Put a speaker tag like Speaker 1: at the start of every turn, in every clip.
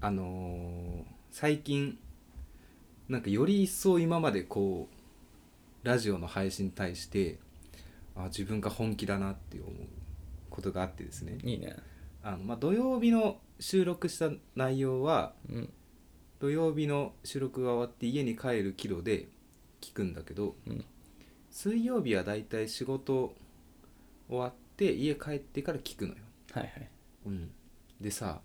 Speaker 1: あのー最近なんかより一層今までこうラジオの配信に対してあ自分が本気だなって思うことがあってですね
Speaker 2: いいね
Speaker 1: あの、まあ、土曜日の収録した内容は
Speaker 2: うん
Speaker 1: 土曜日の収録が終わって家に帰る帰路で聞くんだけど
Speaker 2: うん
Speaker 1: 水曜日はだいたい仕事終わって家帰ってから聞くのよ、
Speaker 2: はいはい
Speaker 1: うん、でさ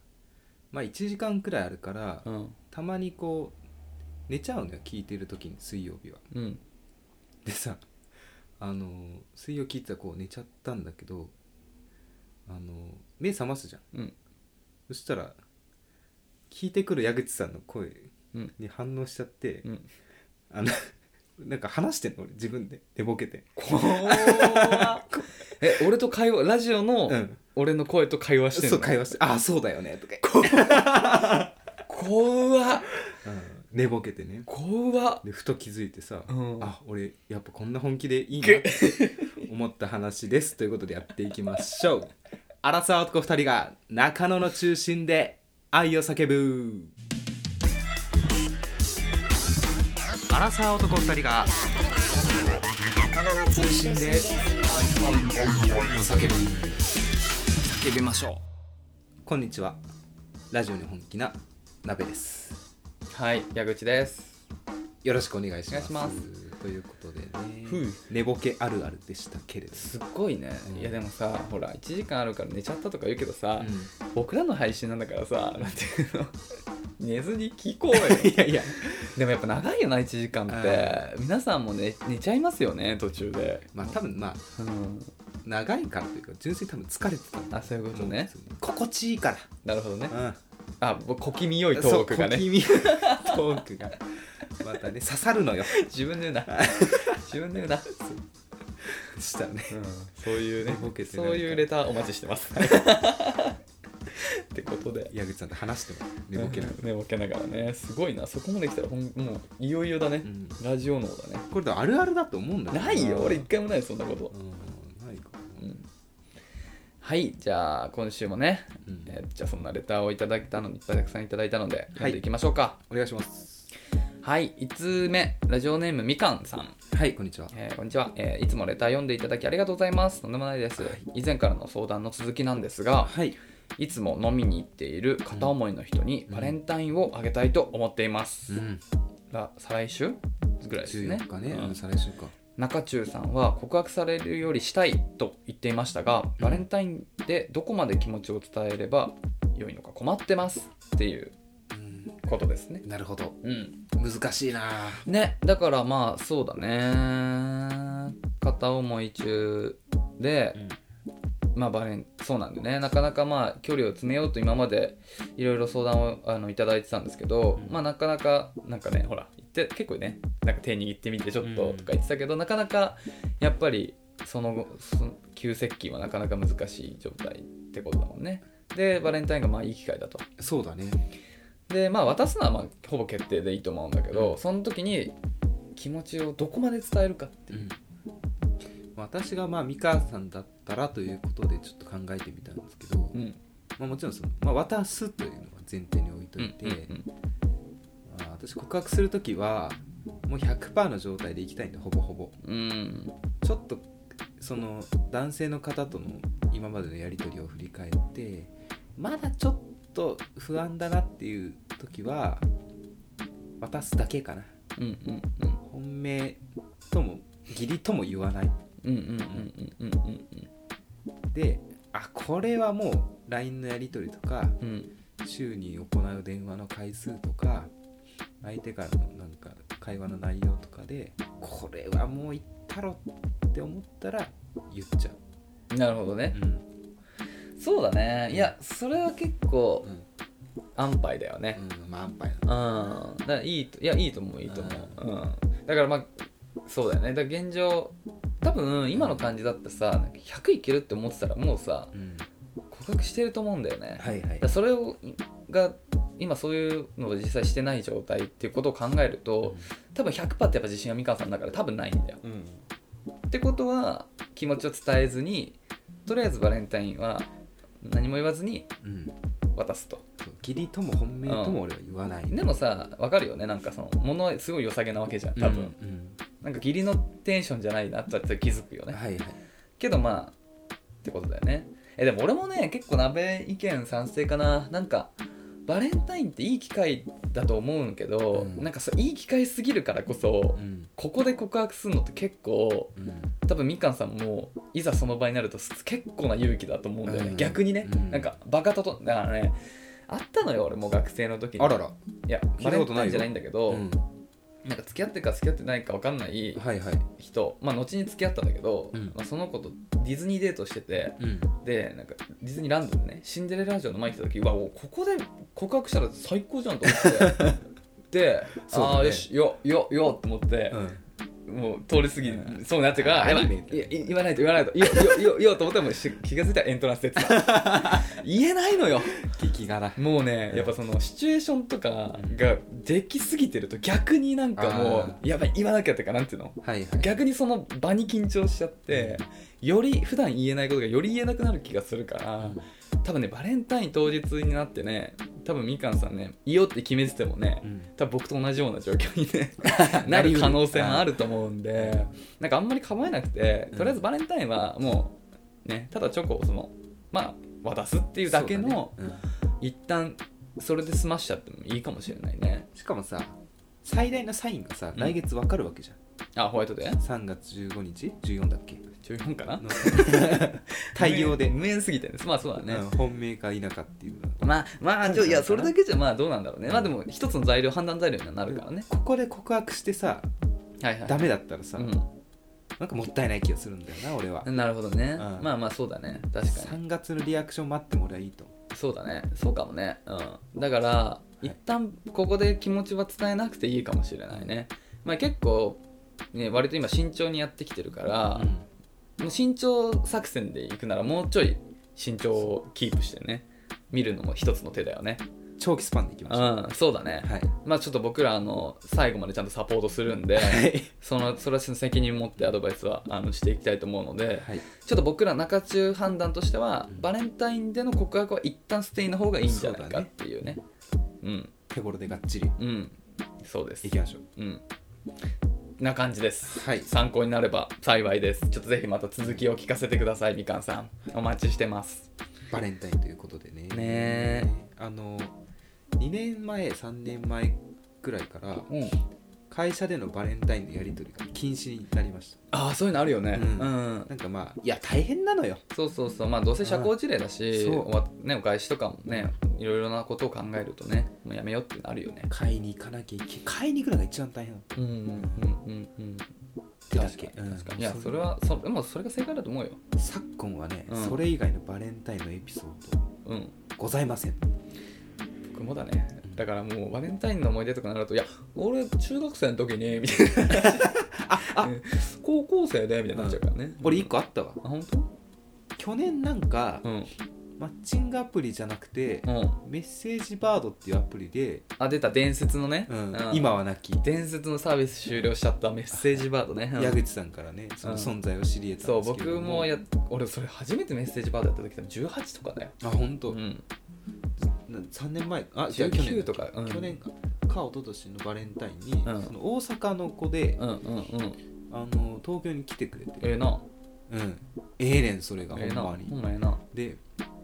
Speaker 1: まあ1時間くらいあるから
Speaker 2: うん
Speaker 1: たまにこう寝ちゃうのよ聞いてる時に水曜日は
Speaker 2: うん
Speaker 1: でさあの水曜聞いてたらこう寝ちゃったんだけどあの目覚ますじゃん
Speaker 2: うん
Speaker 1: そしたら聞いてくる矢口さんの声
Speaker 2: うん
Speaker 1: に反応しちゃって、
Speaker 2: うん
Speaker 1: あのなんか話してんの俺自分で寝ぼけて
Speaker 2: 怖っえ俺と会話ラジオの
Speaker 1: うん
Speaker 2: 俺の声と会話してん
Speaker 1: そう
Speaker 2: の
Speaker 1: 会話して「ああそうだよね」とか、
Speaker 2: 怖っ
Speaker 1: うん寝ぼけてね
Speaker 2: 怖っ
Speaker 1: でふと気づいてさ、
Speaker 2: うん
Speaker 1: あ俺やっぱこんな本気でいいなって 思った話ですということでやっていきましょう 荒沢男2人が中野の中心で愛を叫ぶ荒沢男2人が中心で愛を叫ぶ叫びましょうこんにちはラジオに本気な鍋です
Speaker 2: はい矢口です
Speaker 1: よろしくお願いします。
Speaker 2: お願いし
Speaker 1: ということでね
Speaker 2: ふう、
Speaker 1: 寝ぼけあるあるでしたけれど。
Speaker 2: すっごいね、
Speaker 1: うん
Speaker 2: いやでもさほら1時間あるから寝ちゃったとか言うけどさ、僕らの配信なんだからさなんていう の寝ずに聞こうよ
Speaker 1: いや いや、
Speaker 2: でもやっぱ長いよな1時間って皆さんもね寝ちゃいますよね途中で、
Speaker 1: まあ多分まあ
Speaker 2: うん、
Speaker 1: 長いからというか純粋に多分疲れてたんだ
Speaker 2: あそういうことと
Speaker 1: 思うんで
Speaker 2: ね
Speaker 1: すよね。心地いいか
Speaker 2: なるほどね
Speaker 1: ら。
Speaker 2: あ僕小気味良
Speaker 1: う
Speaker 2: いトークがね
Speaker 1: そう小気味 トークがまたね刺さるのよ。
Speaker 2: 自分で言うな自分で言うな、
Speaker 1: したらね。
Speaker 2: そういうね
Speaker 1: ボケて
Speaker 2: そ
Speaker 1: な
Speaker 2: う
Speaker 1: いから
Speaker 2: いうレターお待ちしてますってことで
Speaker 1: 矢口さんと話しても寝ぼけながら。
Speaker 2: うん寝ぼけながらねすごいなそこまで来たらほんもういよいよだね、
Speaker 1: うん
Speaker 2: ラジオ脳だね
Speaker 1: これでもあるあるだと思うんだけど
Speaker 2: ないよ俺一。回もないそんなこと
Speaker 1: う、んないか
Speaker 2: う
Speaker 1: な。
Speaker 2: んはいじゃあ今週もね、
Speaker 1: うん
Speaker 2: えーじゃあそんなレターをいただいたのでたくさんいただいたので読んでいきましょうか
Speaker 1: お願いします。
Speaker 2: はい、5つ目ラジオネームみかんさん
Speaker 1: はいこんにちは。
Speaker 2: えーこんにちは、えーいつもレター読んでいただきありがとうございます。とんでもないです。以前からの相談の続きなんですが、
Speaker 1: はい。
Speaker 2: いつも飲みに行っている片思いの人に
Speaker 1: うん
Speaker 2: バレンタインをあげたいと思っています。
Speaker 1: うん。
Speaker 2: ら再来週ぐらいです
Speaker 1: 十四
Speaker 2: ね。
Speaker 1: 日ね。
Speaker 2: うん
Speaker 1: うん再来週か。
Speaker 2: 中中さんは告白されるよりしたいと言っていましたが、バレンタインでどこまで気持ちを伝えれば良いのか困ってますっていう
Speaker 1: うん
Speaker 2: ことですね。
Speaker 1: なるほど。
Speaker 2: うん。
Speaker 1: 難しいなあ
Speaker 2: ねだからまあそうだね片思い中で、まあバレンそうなんでねなかなかまあ距離を詰めようと今までいろいろ相談をあのいただいてたんですけど、
Speaker 1: うん
Speaker 2: まあなかなかなんかねほら言って結構ねなんか手握ってみてちょっと
Speaker 1: うん
Speaker 2: とか言ってたけど、なかなかやっぱりその後その急接近はなかなか難しい状態ってことだもんねでバレンタインがまあいい機会だと
Speaker 1: そうだね
Speaker 2: でまあ渡すのはまあほぼ決定でいいと思うんだけど、
Speaker 1: うん
Speaker 2: その時に気持ちをどこまで伝えるかっていう、
Speaker 1: 私がまあ美川さんだったらということでちょっと考えてみたんですけど、
Speaker 2: うん
Speaker 1: まあ、もちろんその、まあ、渡すというのは前提に置いと
Speaker 2: うん
Speaker 1: いて、
Speaker 2: うん
Speaker 1: まあ私告白する時はもう100%の状態でいきたいんでほぼほぼ
Speaker 2: うんうん
Speaker 1: ちょっとその男性の方との今までのやり取りを振り返ってまだちょっと不安だなっていう時は渡すだけかな
Speaker 2: うんうんうん
Speaker 1: 本命とも義理とも言わない
Speaker 2: うんうんうんうんうん
Speaker 1: であこれはもう LINE のやり取りとか
Speaker 2: うんうん
Speaker 1: 週に行う電話の回数とか相手からのなんか会話の内容とかでこれはもう言ったろって思ったら言っちゃう、
Speaker 2: なるほどね
Speaker 1: うん
Speaker 2: そうだねいやそれは結構
Speaker 1: うん
Speaker 2: 安牌だよね
Speaker 1: うん、まあ安牌
Speaker 2: うんだからいいといやいいと思ういいと思ううんだからまあそうだよねだから現状多分今の感じだったらさなんか100いけるって思ってたらもうさ
Speaker 1: うん、
Speaker 2: 告白してると思うんだよね
Speaker 1: はいは
Speaker 2: だからそれをが今そういうのを実際してない状態っていうことを考えると多分100%ってやっぱ自信がみかんさんだから多分ないんだよ。
Speaker 1: うん、
Speaker 2: ってことは気持ちを伝えずにとりあえずバレンタインは何も言わずに
Speaker 1: うん、
Speaker 2: 渡すと
Speaker 1: そう義理とも本命とも俺は言わない、
Speaker 2: でもさわかるよねなんかその物はすごい良さげなわけじゃん多分、
Speaker 1: うん
Speaker 2: なんか義理のテンションじゃないなって気づくよ
Speaker 1: うん
Speaker 2: ね
Speaker 1: はいはい
Speaker 2: けどまあってことだよねえでも俺もね結構鍋意見賛成かななんかバレンタインっていい機会だと思うんけど、
Speaker 1: うん
Speaker 2: なんかさいい機会すぎるからこそ、
Speaker 1: うん
Speaker 2: ここで告白するのって結構
Speaker 1: うん
Speaker 2: 多分みかんさんもいざその場になると結構な勇気だと思うんだよね、
Speaker 1: うん
Speaker 2: 逆にね、
Speaker 1: うん
Speaker 2: なんかバカととだからねあったのよ俺も学生の時に
Speaker 1: あらら、
Speaker 2: いや
Speaker 1: 聞
Speaker 2: バ
Speaker 1: いた
Speaker 2: レ
Speaker 1: こ
Speaker 2: ン
Speaker 1: と
Speaker 2: タ
Speaker 1: ないよ
Speaker 2: インじゃないんだけど、
Speaker 1: うん
Speaker 2: なんか付き合ってるか付き合ってないか分かんない
Speaker 1: はいはい
Speaker 2: 人まあ後に付き合ったんだけど、
Speaker 1: うん
Speaker 2: まあ、その子とディズニーデートしてて
Speaker 1: うん
Speaker 2: でなんかディズニーランドでねシンデレラ城の前に来た時うわおここで告白したら最高じゃんと思って で、
Speaker 1: そうだね
Speaker 2: ああよしよよよと思って、もう通り過ぎ、
Speaker 1: うん
Speaker 2: そうになってから、
Speaker 1: ア
Speaker 2: やば
Speaker 1: ニ
Speaker 2: い
Speaker 1: メ
Speaker 2: いやい言わないと言わないといやいやいやいやと思ってもし気が付いたらエントランスで 言えないのよ
Speaker 1: 敵がだ
Speaker 2: もうねやっぱそのシチュエーションとかができすぎてると逆になんかもうやばい言わなきゃってかなんていうの
Speaker 1: はいはい
Speaker 2: 逆にその場に緊張しちゃってより普段言えないことがより言えなくなる気がするから多分ねバレンタイン当日になってね多分みかんさんねいいよって決めててもね
Speaker 1: うん
Speaker 2: 多分僕と同じような状況に、 ね、なる可能性もあると思うんでなんかあんまり構えなくてとりあえずバレンタインはもうねただチョコをそのまあ渡すっていうだけの
Speaker 1: そうだね
Speaker 2: 一旦それで済ましちゃってもいいかもしれないね
Speaker 1: うんしかもさ最大のサインがさ
Speaker 2: ん
Speaker 1: 来月わかるわけじゃん、
Speaker 2: あホワイトデー
Speaker 1: 3月15日14だっけ
Speaker 2: 14かな
Speaker 1: の対応で、
Speaker 2: 無縁すぎてねまあそうだね、
Speaker 1: うん本命か否かっていうの
Speaker 2: まあまあちょいやそれだけじゃまあどうなんだろうね
Speaker 1: うん
Speaker 2: まあでも一つの材料判断材料にはなるからね
Speaker 1: ここで告白してさ
Speaker 2: はいはい
Speaker 1: ダメだったらさ、
Speaker 2: う
Speaker 1: なんかもったいない気がするんだよな俺は、
Speaker 2: ん、なるほどね、
Speaker 1: うん
Speaker 2: まあまあそうだね確かに
Speaker 1: 3月のリアクション待ってもらいいと思
Speaker 2: そうだねそうかもねうんだから
Speaker 1: い
Speaker 2: 一旦ここで気持ちは伝えなくていいかもしれないねまあ結構ね割と今慎重にやってきてるから、
Speaker 1: う、うん
Speaker 2: もう慎重作戦で行くならもうちょい慎重をキープしてね見るのも一つの手だよね
Speaker 1: 長期スパンでいきまし
Speaker 2: う
Speaker 1: ょ
Speaker 2: んそうだね
Speaker 1: うはい
Speaker 2: まあちょっと僕らあの最後までちゃんとサポートするんでそのそれは責任持ってアドバイスはあのしていきたいと思うので
Speaker 1: はい
Speaker 2: ちょっと僕ら中中判断としては
Speaker 1: うん
Speaker 2: バレンタインでの告白は一旦ステイの方がいいんじゃないかっていうねうん
Speaker 1: 手頃でがっちり
Speaker 2: うんそうです
Speaker 1: いきましょう
Speaker 2: うんな感じです
Speaker 1: はい
Speaker 2: 参考になれば幸いですちょっとぜひまた続きを聞かせてくださいみかんさんお待ちしてます
Speaker 1: バレンタインということでね
Speaker 2: ねえ
Speaker 1: あの2年前3年前くらいから
Speaker 2: うん
Speaker 1: 会社でのバレンタインのやり取りが禁止になりまし
Speaker 2: ああそういうのあるよね
Speaker 1: う
Speaker 2: うんん、
Speaker 1: たなんかまあいや大変なのよ
Speaker 2: そうそうそうまあどうせ社交辞令だし
Speaker 1: うんそう
Speaker 2: おわね、お返しとかもねいろいろなことを考えるとねもうやめようってなるよね
Speaker 1: 買いに行かなきゃいけ買いに行くのが一番大変なの
Speaker 2: うんうんうんうん
Speaker 1: 手だけ
Speaker 2: 確かに確かに、
Speaker 1: うん
Speaker 2: いや
Speaker 1: そう
Speaker 2: それはそでもそれが正解だと思うよ
Speaker 1: 昨今はね、
Speaker 2: うん
Speaker 1: それ以外のバレンタインのエピソード
Speaker 2: うん
Speaker 1: ございません
Speaker 2: 僕もだねだからもうバレンタインの思い出とかになるといや俺中学生の時にみたいな
Speaker 1: あ
Speaker 2: 高校生でみたいになっちゃうからね、
Speaker 1: 俺1個あったわ
Speaker 2: あ本当
Speaker 1: 去年なんか、
Speaker 2: うん
Speaker 1: マッチングアプリじゃなくて、
Speaker 2: うん
Speaker 1: メッセージバードっていうアプリで、
Speaker 2: あ出た伝説のね、
Speaker 1: うん
Speaker 2: うん
Speaker 1: 今はなき
Speaker 2: 伝説のサービス終了しちゃったメッセージバードね、うん
Speaker 1: 矢口さんからねその存在を知り得た
Speaker 2: そ
Speaker 1: ん
Speaker 2: う
Speaker 1: ですけ
Speaker 2: 僕
Speaker 1: れど
Speaker 2: もや俺それ初めてメッセージバードやった時多分18とかだよ、
Speaker 1: あ本当、
Speaker 2: うん、
Speaker 1: な3年前あじゃあ去
Speaker 2: 19
Speaker 1: 年
Speaker 2: とか、うん、
Speaker 1: 去年かか一昨年のバレンタインに、
Speaker 2: うん
Speaker 1: その大阪の子で、
Speaker 2: うんうんうん
Speaker 1: あの東京に来てくれて、
Speaker 2: ええな
Speaker 1: うん、ええねんそれがほ
Speaker 2: ええ
Speaker 1: ん
Speaker 2: な
Speaker 1: ま
Speaker 2: ほ
Speaker 1: に、
Speaker 2: んまええな
Speaker 1: で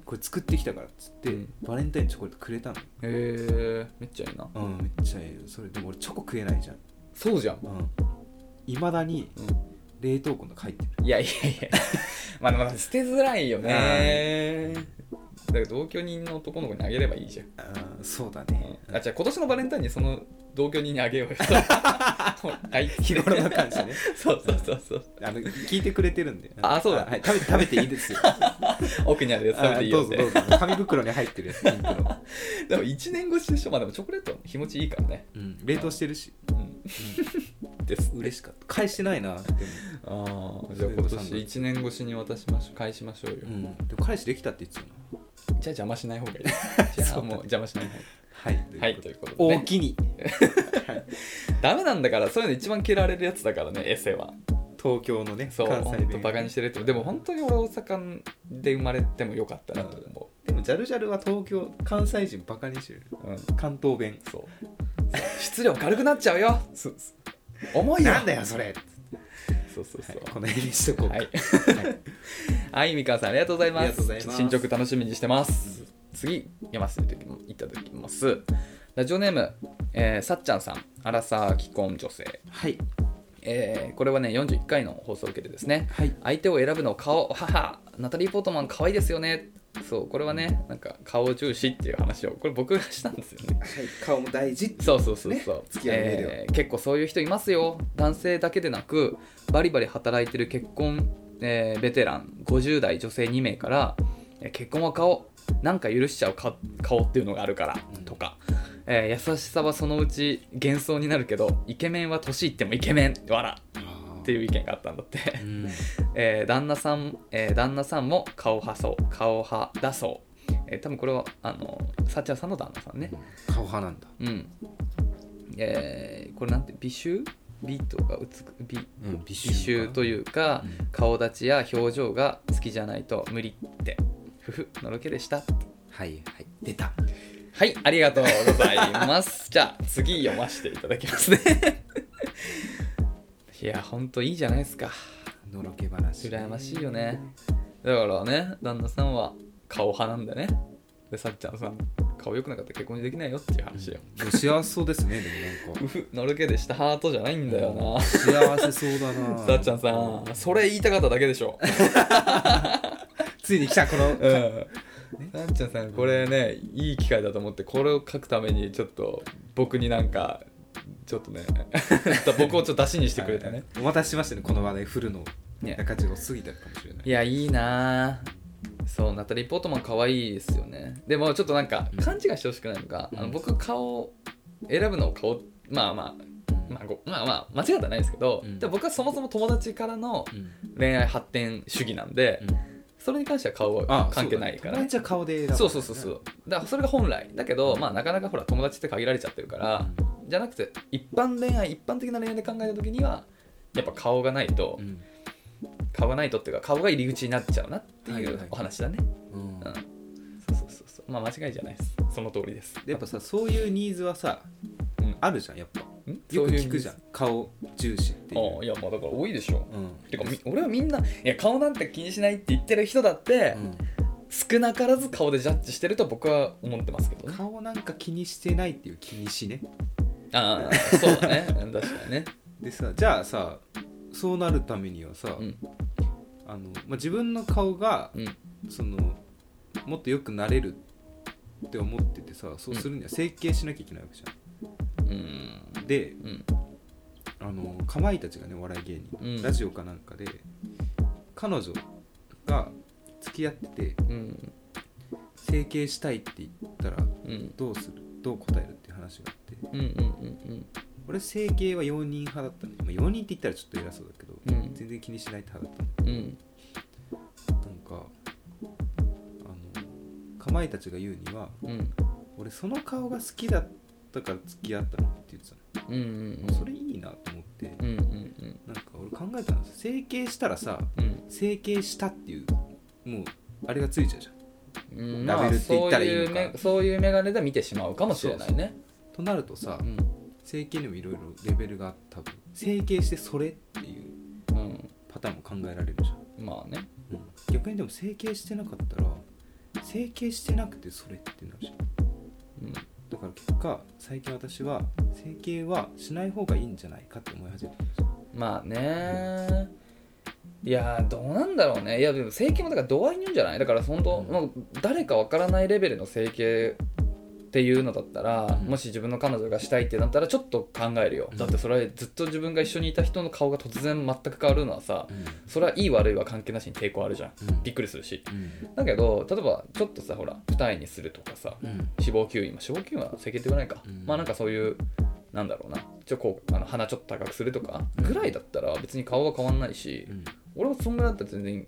Speaker 1: これ作ってきたからっつって、
Speaker 2: うん
Speaker 1: バレンタインチョコレートくれたの
Speaker 2: えー、めっちゃいいな
Speaker 1: うんめっちゃええよそれでも俺チョコ食えないじゃん
Speaker 2: そうじゃん、
Speaker 1: いま、未だに
Speaker 2: う
Speaker 1: 冷凍庫の中入ってる
Speaker 2: ん、いやいやいや まあでも捨てづらいよねだから同居人の男の子にあげればいいじゃん
Speaker 1: あーそうだね、
Speaker 2: あじゃあ今年のバレンタインにその同居人にあげようよ はい
Speaker 1: 日頃の感謝ね
Speaker 2: そうそうそうそう
Speaker 1: あの聞いてくれてるんで
Speaker 2: あそうだ
Speaker 1: はい、食べ食べていい ですよ
Speaker 2: 奥にあるやつ食べていい
Speaker 1: あど
Speaker 2: よ
Speaker 1: うぞ
Speaker 2: って
Speaker 1: どうぞ紙袋に入ってるやつピンクの、
Speaker 2: でも1年越しでしょまあでもチョコレート日持ちいいからね
Speaker 1: うん、冷凍してるし、
Speaker 2: うんです
Speaker 1: 嬉しかった返してないなでも,、
Speaker 2: ああじゃあ今年1年越しに渡しましょう返しましょうよ、
Speaker 1: うん、でも彼氏できたって言ってたな
Speaker 2: じゃあ邪魔しない方がい いじゃあもう邪魔しない方がい
Speaker 1: はい
Speaker 2: いはいということで、
Speaker 1: 大
Speaker 2: ね、
Speaker 1: きに
Speaker 2: ダメなんだからそういうの一番嫌われるやつだからねエセは
Speaker 1: 東京のね
Speaker 2: そう
Speaker 1: 関
Speaker 2: ほ
Speaker 1: 西
Speaker 2: んとバカにしてるとでも本当に俺大阪で生まれてもよかったなと思う、
Speaker 1: でもジャルジャルは東京関西人バカにしてる
Speaker 2: うん
Speaker 1: 関東弁
Speaker 2: そう質量軽くなっちゃうよ
Speaker 1: そうそ
Speaker 2: 重いよ
Speaker 1: なんだよそれ
Speaker 2: そうそうそう
Speaker 1: この辺にしとこうか、
Speaker 2: はい、はい、みかんさんありがとうございます
Speaker 1: ありがとうございます
Speaker 2: 進捗楽しみにしてます、次読ませていただきますラジオネーム、えーさっちゃんさんアラサー既婚女性、
Speaker 1: はい
Speaker 2: えーこれはね41回の放送を受けてですね
Speaker 1: はい
Speaker 2: 相手を選ぶの顔 母ナタリー・ポートマン可愛いですよねそうこれはねなんか顔重視っていう話をこれ僕がしたんですよね
Speaker 1: 顔も大事
Speaker 2: そうそうそうそう、
Speaker 1: ね付き合いの上では
Speaker 2: ー結構そういう人いますよ男性だけでなくバリバリ働いてる結婚、えーベテラン50代女性2名からえー結婚は顔なんか許しちゃうか顔っていうのがあるから
Speaker 1: うん
Speaker 2: とか、えー優しさはそのうち幻想になるけどイケメンは年いってもイケメン笑
Speaker 1: っ
Speaker 2: っていう意見があったんだって、
Speaker 1: うん
Speaker 2: えー旦那さん、えー旦那さんも顔派そう顔派だそう、えー多分これはあのサッチャーさんの旦那さんね
Speaker 1: 顔派なんだ
Speaker 2: うん。えーこれなんて美醜美とか美美
Speaker 1: うん美
Speaker 2: 美醜というか、
Speaker 1: うん
Speaker 2: 顔立ちや表情が好きじゃないと無理って。ふふ、のろけでした。
Speaker 1: はいはい出た
Speaker 2: はい、ありがとうございます。じゃあ次読ませていただきますね。 いや、ほんといいじゃないですか。
Speaker 1: のろけ話
Speaker 2: 羨ましいよね。だからね、旦那さんは顔派なんだね。で、さっちゃんさん、顔良くなかったら結婚できないよっていう話よ。
Speaker 1: でも幸せそうですねでも
Speaker 2: うふ、のろけでした。ハートじゃないん だよな。
Speaker 1: なんか幸せそうだな
Speaker 2: さっちゃんさん、それ言いたかっただけでしょ。
Speaker 1: ついに来たこの、
Speaker 2: うん。さっちゃんさん、これね、いい機会だと思って、これを書くために、ちょっと、僕になんか、ちょっと ね、僕をちょっと出しにしてくれたね。
Speaker 1: お待たせしましたねこの話題振るの
Speaker 2: ね
Speaker 1: 中地が過ぎたかもしれない
Speaker 2: いや、いいなぁ。そう、ナタリー・ポートマン可愛いですよね。でも、ちょっとなんか、勘違いしてほしくないのが、あ
Speaker 1: う
Speaker 2: の
Speaker 1: ん
Speaker 2: 僕、顔、選ぶのを顔、まあまあ、まあ、ごまあまあ、間違ってはないですけど、
Speaker 1: うん
Speaker 2: でも僕はそもそも友達からの
Speaker 1: うん
Speaker 2: 恋愛発展主義なんで、それに関しては顔は
Speaker 1: あ
Speaker 2: 関係ない
Speaker 1: そ
Speaker 2: から
Speaker 1: うだね友、達は顔で選ぶ
Speaker 2: そうそうそうそうだからそれが本来だけど、まあ、なかなかほら友達って限られちゃってるから、じゃなくて一般恋愛一般的な恋愛で考えた時にはやっぱ顔がないと、
Speaker 1: うん
Speaker 2: 顔がないとっていうか顔が入り口になっちゃうなって
Speaker 1: はいいうはい
Speaker 2: お話だね、
Speaker 1: うん
Speaker 2: うんそうそうそうそうまあ間違いじゃないですその通りです
Speaker 1: でやっぱさそういうニーズはさ、
Speaker 2: うん
Speaker 1: あるじゃんやっぱ
Speaker 2: ん
Speaker 1: よく
Speaker 2: そういう
Speaker 1: 聞くじゃん顔重視ってい
Speaker 2: あ
Speaker 1: う
Speaker 2: あいやまあだから多いでしょ
Speaker 1: うん
Speaker 2: てかみ俺はみんないや顔なんて気にしないって言ってる人だっ
Speaker 1: う
Speaker 2: て、少なからず顔でジャッジしてると僕は思ってますけど
Speaker 1: ん
Speaker 2: ね
Speaker 1: 顔なんか気にしてないっていう気にしね
Speaker 2: ああそうだねうん確かにね
Speaker 1: でさじゃあさそうなるためにはさ、
Speaker 2: うん
Speaker 1: あのまあ、自分の顔が
Speaker 2: うん
Speaker 1: そのもっと良くなれるって思っててさそうするには整形しなきゃいけないわけじゃ
Speaker 2: うん
Speaker 1: ん、で
Speaker 2: うん
Speaker 1: あのかまいたちがねお笑い芸人、
Speaker 2: うん
Speaker 1: ラジオかなんかで彼女が付き合ってて
Speaker 2: うん
Speaker 1: 整形したいって言ったら
Speaker 2: うん
Speaker 1: どうするどう答えるっていう話があって
Speaker 2: うんうん
Speaker 1: 俺整形は4人派だったの、まあ、4人って言ったらちょっと偉そうだけど、
Speaker 2: うん
Speaker 1: 全然気にしない派だった
Speaker 2: うんうん
Speaker 1: のなんかあのかまいたちが言うには
Speaker 2: うん
Speaker 1: 俺その顔が好きだったから付き合ったのって言ってたの、
Speaker 2: うんうん
Speaker 1: それいいなと思って
Speaker 2: うんうん
Speaker 1: なんか俺考えたんです整形したらさ
Speaker 2: うん
Speaker 1: 整形したっていうもうあれがついちゃうじゃん
Speaker 2: うん
Speaker 1: ラベルって言ったらいいのか
Speaker 2: まあそううめそういうメガネで見てしまうかもしれないね
Speaker 1: となるとさ
Speaker 2: うん
Speaker 1: 整形にもいろいろレベルがあって多分整形してそれっていう
Speaker 2: うん
Speaker 1: パターンも考えられるじゃん
Speaker 2: まあね
Speaker 1: 逆にでも整形してなかったら整形してなくてそれってなるじゃん
Speaker 2: うん
Speaker 1: だから結果最近私は整形はしない方がいいんじゃないかって思い始めたんですよ
Speaker 2: まあねいやーどうなんだろうねいやでも整形もだから度合いによるんじゃないだから本当、
Speaker 1: うん
Speaker 2: まあ、誰かわからないレベルの整形っていうのだったら、
Speaker 1: うん
Speaker 2: もし自分の彼女がしたいってなったらちょっと考えるよ、
Speaker 1: うん
Speaker 2: だってそれはずっと自分が一緒にいた人の顔が突然全く変わるのはさそれはいい悪いは関係なしに抵抗あるじゃん
Speaker 1: うん
Speaker 2: びっくりするし
Speaker 1: うん
Speaker 2: だけど例えばちょっとさほら二重にするとかさ
Speaker 1: うん
Speaker 2: 脂肪吸引まあ脂肪吸引は整形って言わないか、
Speaker 1: うん
Speaker 2: まあなんかそういうなんだろうなちょこうあの鼻ちょっと高くするとかぐらいだったら別に顔は変わんないし、
Speaker 1: うん
Speaker 2: 俺はそんぐらいだったら全然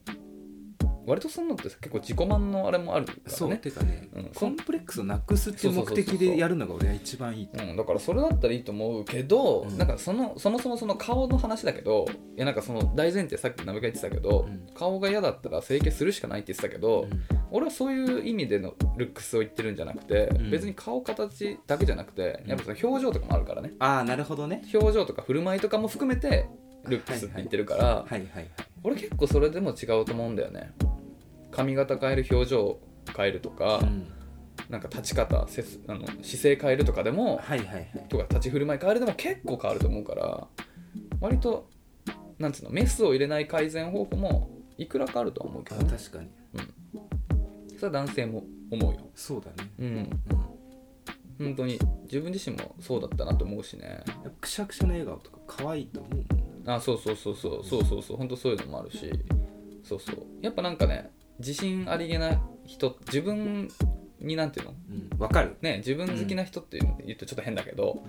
Speaker 2: 割とそんなのって結構自己満のあれもあるからね
Speaker 1: そうてかね
Speaker 2: うん
Speaker 1: コンプレックスをなくすっていう目的でやるのが俺は一番いいと
Speaker 2: うん、だからそれだったらいいと思うけど、
Speaker 1: うん
Speaker 2: なんかそのそもそもその顔の話だけどいやなんかその大前提さっきナムが言ってたけど、
Speaker 1: うん
Speaker 2: 顔が嫌だったら整形するしかないって言ってたけど、
Speaker 1: 思う
Speaker 2: 俺はそういう意味でのルックスを言ってるんじゃなくて、
Speaker 1: うん
Speaker 2: 別に顔形だけじゃなくてやっぱその表情とかもあるからね、
Speaker 1: ああなるほどね
Speaker 2: 表情とか振る舞いとかも含めてルックスって言ってるから、
Speaker 1: はいはい
Speaker 2: 俺結構それでも違うと思うんだよね髪型変える表情変えるとか、
Speaker 1: うん
Speaker 2: なんか立ち方せすあの姿勢変えるとかでも
Speaker 1: はいはいはい
Speaker 2: とか立ち振る舞い変えるでも結構変わると思うから割となんつうのメスを入れない改善方法もいくらかあるとは思うけ
Speaker 1: あ
Speaker 2: ど、ね、
Speaker 1: 確かに
Speaker 2: それは男性も思うよ
Speaker 1: そうだね
Speaker 2: うん
Speaker 1: うん
Speaker 2: 本当に自分自身もそうだったなと思うしね
Speaker 1: やっぱくしゃくしゃの笑顔とか可愛いと思うもん
Speaker 2: あそうそうそうそうそうそうそう本当そういうのもあるしそうそうやっぱなんかね自信ありげな人自分になんていうの
Speaker 1: うんわかる
Speaker 2: ね自分好きな人っていうの言うとちょっと変だけど、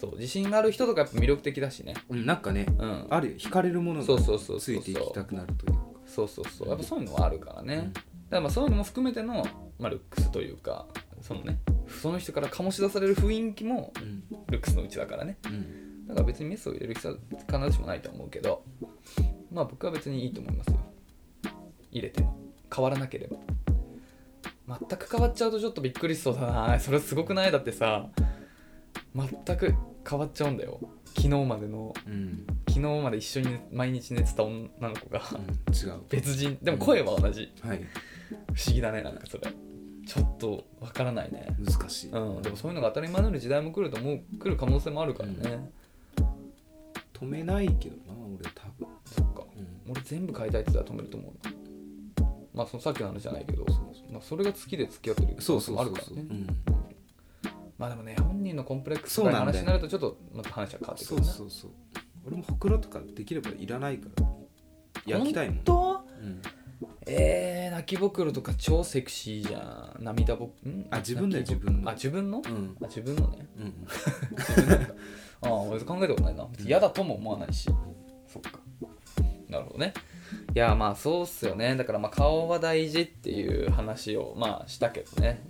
Speaker 2: そう自信がある人とかやっぱ魅力的だしね
Speaker 1: うんなんかね
Speaker 2: うん
Speaker 1: あるよ惹かれるもの
Speaker 2: そう
Speaker 1: が
Speaker 2: そうそう
Speaker 1: つ
Speaker 2: そう
Speaker 1: いていきたくなるというか
Speaker 2: そうそうそうやっぱそういうのはあるからね、だからまあそういうのも含めての、まあ、ルックスというかそのねその人から醸し出される雰囲気も
Speaker 1: うん
Speaker 2: ルックスのうちだからね
Speaker 1: うん
Speaker 2: だから別にメスを入れる必要は必ずしもないと思うけどまあ僕は別にいいと思いますよ入れても変わらなければ全く変わっちゃうとちょっとびっくりしそうだなそれすごくないだってさ全く変わっちゃうんだよ昨日までの
Speaker 1: うんうん
Speaker 2: 昨日まで一緒に毎日寝てた女の子が
Speaker 1: 違う
Speaker 2: 別人でも声は同じ
Speaker 1: はい
Speaker 2: 不思議だねなんかそれちょっとわからないね
Speaker 1: 難しい
Speaker 2: うんでもそういうのが当たり前のように時代も来ると思う来る可能性もあるからね、
Speaker 1: 止めないけどな俺多分
Speaker 2: そっか
Speaker 1: うん
Speaker 2: 俺全部変えたいって言ったら止めると思うなまあそのさっきの話じゃないけどまあ、それが好きで付き合ってる
Speaker 1: そうそう
Speaker 2: もあ
Speaker 1: そう
Speaker 2: るから
Speaker 1: そうう
Speaker 2: ね
Speaker 1: ん
Speaker 2: まあでもね本人のコンプレックスとかの
Speaker 1: そうなんだよ
Speaker 2: 話になるとちょっとまた話は変わってく
Speaker 1: そ
Speaker 2: る
Speaker 1: う
Speaker 2: ね
Speaker 1: そうそう俺もほくろとかできればいらないから焼きたいもん
Speaker 2: 本当
Speaker 1: うん
Speaker 2: えー、泣きぼくろとか超セクシーじゃん涙ぼくん
Speaker 1: あ自分だよ
Speaker 2: 泣きぼ
Speaker 1: 自分の
Speaker 2: あ自分の、
Speaker 1: うん
Speaker 2: あ自分のね
Speaker 1: うん
Speaker 2: ああ俺考えたことないな嫌だとも思わないし、そっかなるほどねいやまあそうっすよねだからまあ顔は大事っていう話をまあしたけどね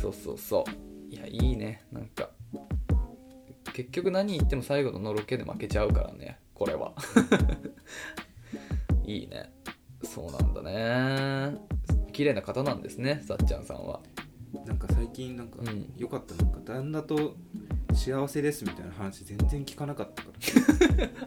Speaker 2: そうそうそういやいいねなんか結局何言っても最後のロケで負けちゃうからねこれは いいねそうなんだね綺麗な方なんですねさっちゃんさんは
Speaker 1: なんか最近なんか
Speaker 2: うん
Speaker 1: 良かったなんか旦那と幸せですみたいな話全然聞かなかったか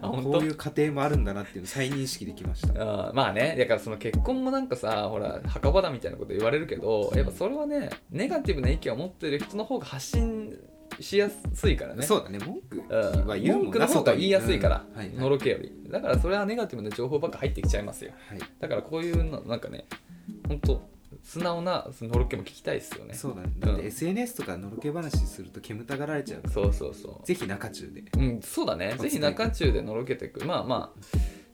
Speaker 1: ら
Speaker 2: あ本当
Speaker 1: こういう家庭もあるんだなっていうの再認識できました
Speaker 2: うんまあねだからその結婚もなんかさほら墓場だみたいなこと言われるけどやっぱそれはねネガティブな意見を持ってる人の方が発信しやすいからね
Speaker 1: そうだね文句
Speaker 2: うん
Speaker 1: は言うもんな
Speaker 2: 文句の方が言いやすいから、
Speaker 1: うんはいはい
Speaker 2: のろけよりだからそれはネガティブな情報ばっか入ってきちゃいますよ
Speaker 1: はい
Speaker 2: だからこういうのなんかねほんと素直なそのろけも聞きたいですよね
Speaker 1: そうだねだっ
Speaker 2: う
Speaker 1: て
Speaker 2: ん
Speaker 1: SNS とかのろけ話すると煙たがられちゃうから
Speaker 2: そうそうそう
Speaker 1: ぜひ中中で
Speaker 2: うん、そうだね。
Speaker 1: お
Speaker 2: ぜひ
Speaker 1: 伝えく
Speaker 2: 中中でのろけていく。まあまあ、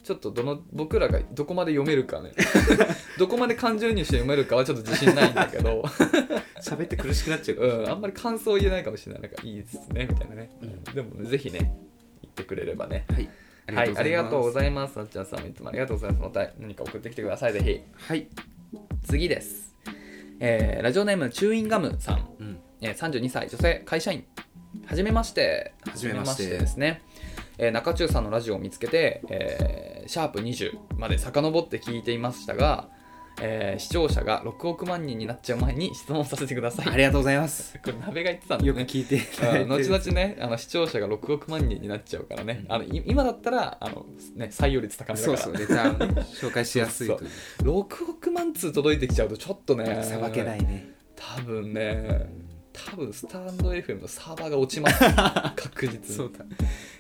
Speaker 2: ちょっとどの、僕らがどこまで読めるかね。 どこまで感情移入して読めるかはちょっと自信ないんだけど、
Speaker 1: 喋って苦しくなっちゃうか
Speaker 2: う
Speaker 1: ら
Speaker 2: ん、あんまり感想言えないかもしれない。なんかいいですね、みたいなね。
Speaker 1: うん
Speaker 2: でも、ね、ぜひね、言ってくれればね。
Speaker 1: はい
Speaker 2: はい、ありがとうご
Speaker 1: い
Speaker 2: ざいます。なっちゃんさんもいつもありがとうございます。また何か送ってきてください、ぜひ。
Speaker 1: ますはい
Speaker 2: 次です。えーラジオネーム、チューインガムさん。
Speaker 1: うん
Speaker 2: えー32歳女性会社員はじめまして
Speaker 1: はじめまして
Speaker 2: はじですね、えー中中さんのラジオを見つけて、えーシャープ20まで遡って聞いていましたが、えー視聴者が6億万人になっちゃう前に質問させてください
Speaker 1: ありがとうございます
Speaker 2: これ鍋が言ってたんだ
Speaker 1: よ
Speaker 2: よ
Speaker 1: く
Speaker 2: ね
Speaker 1: 聞いていただい
Speaker 2: うん
Speaker 1: てる
Speaker 2: 後々ねあの視聴者が6億万人になっちゃうからね、
Speaker 1: うん
Speaker 2: あのい今だったらあの、ね、採用率高めだか
Speaker 1: そう
Speaker 2: ら
Speaker 1: そうネタをね 紹介しやすいという
Speaker 2: 6億万通届いてきちゃうとちょっとね
Speaker 1: さばけないね
Speaker 2: 多分ね多分スタンド FM のサーバーが落ちます 確実に、
Speaker 1: だ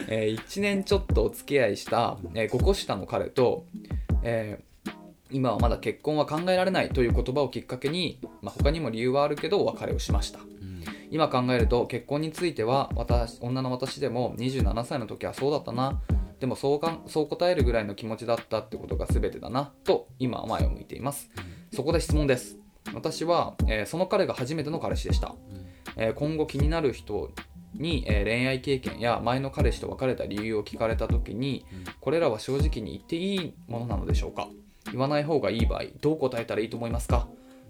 Speaker 2: え1年ちょっとお付き合いした、え5個下の彼と、えー今はまだ結婚は考えられないという言葉をきっかけに、まあ、他にも理由はあるけどお別れをしました
Speaker 1: うん
Speaker 2: 今考えると結婚については私女の私でも27歳の時はそうだったなでもそうかんそう答えるぐらいの気持ちだったってことが全てだなと今は前を向いていますそこで質問です私は、えーその彼が初めての彼氏でしたえー今後気になる人に、えー恋愛経験や前の彼氏と別れた理由を聞かれた時に、
Speaker 1: うん
Speaker 2: これらは正直に言っていいものなのでしょうか言わない方がいい場合どう答えたらいいと思いますか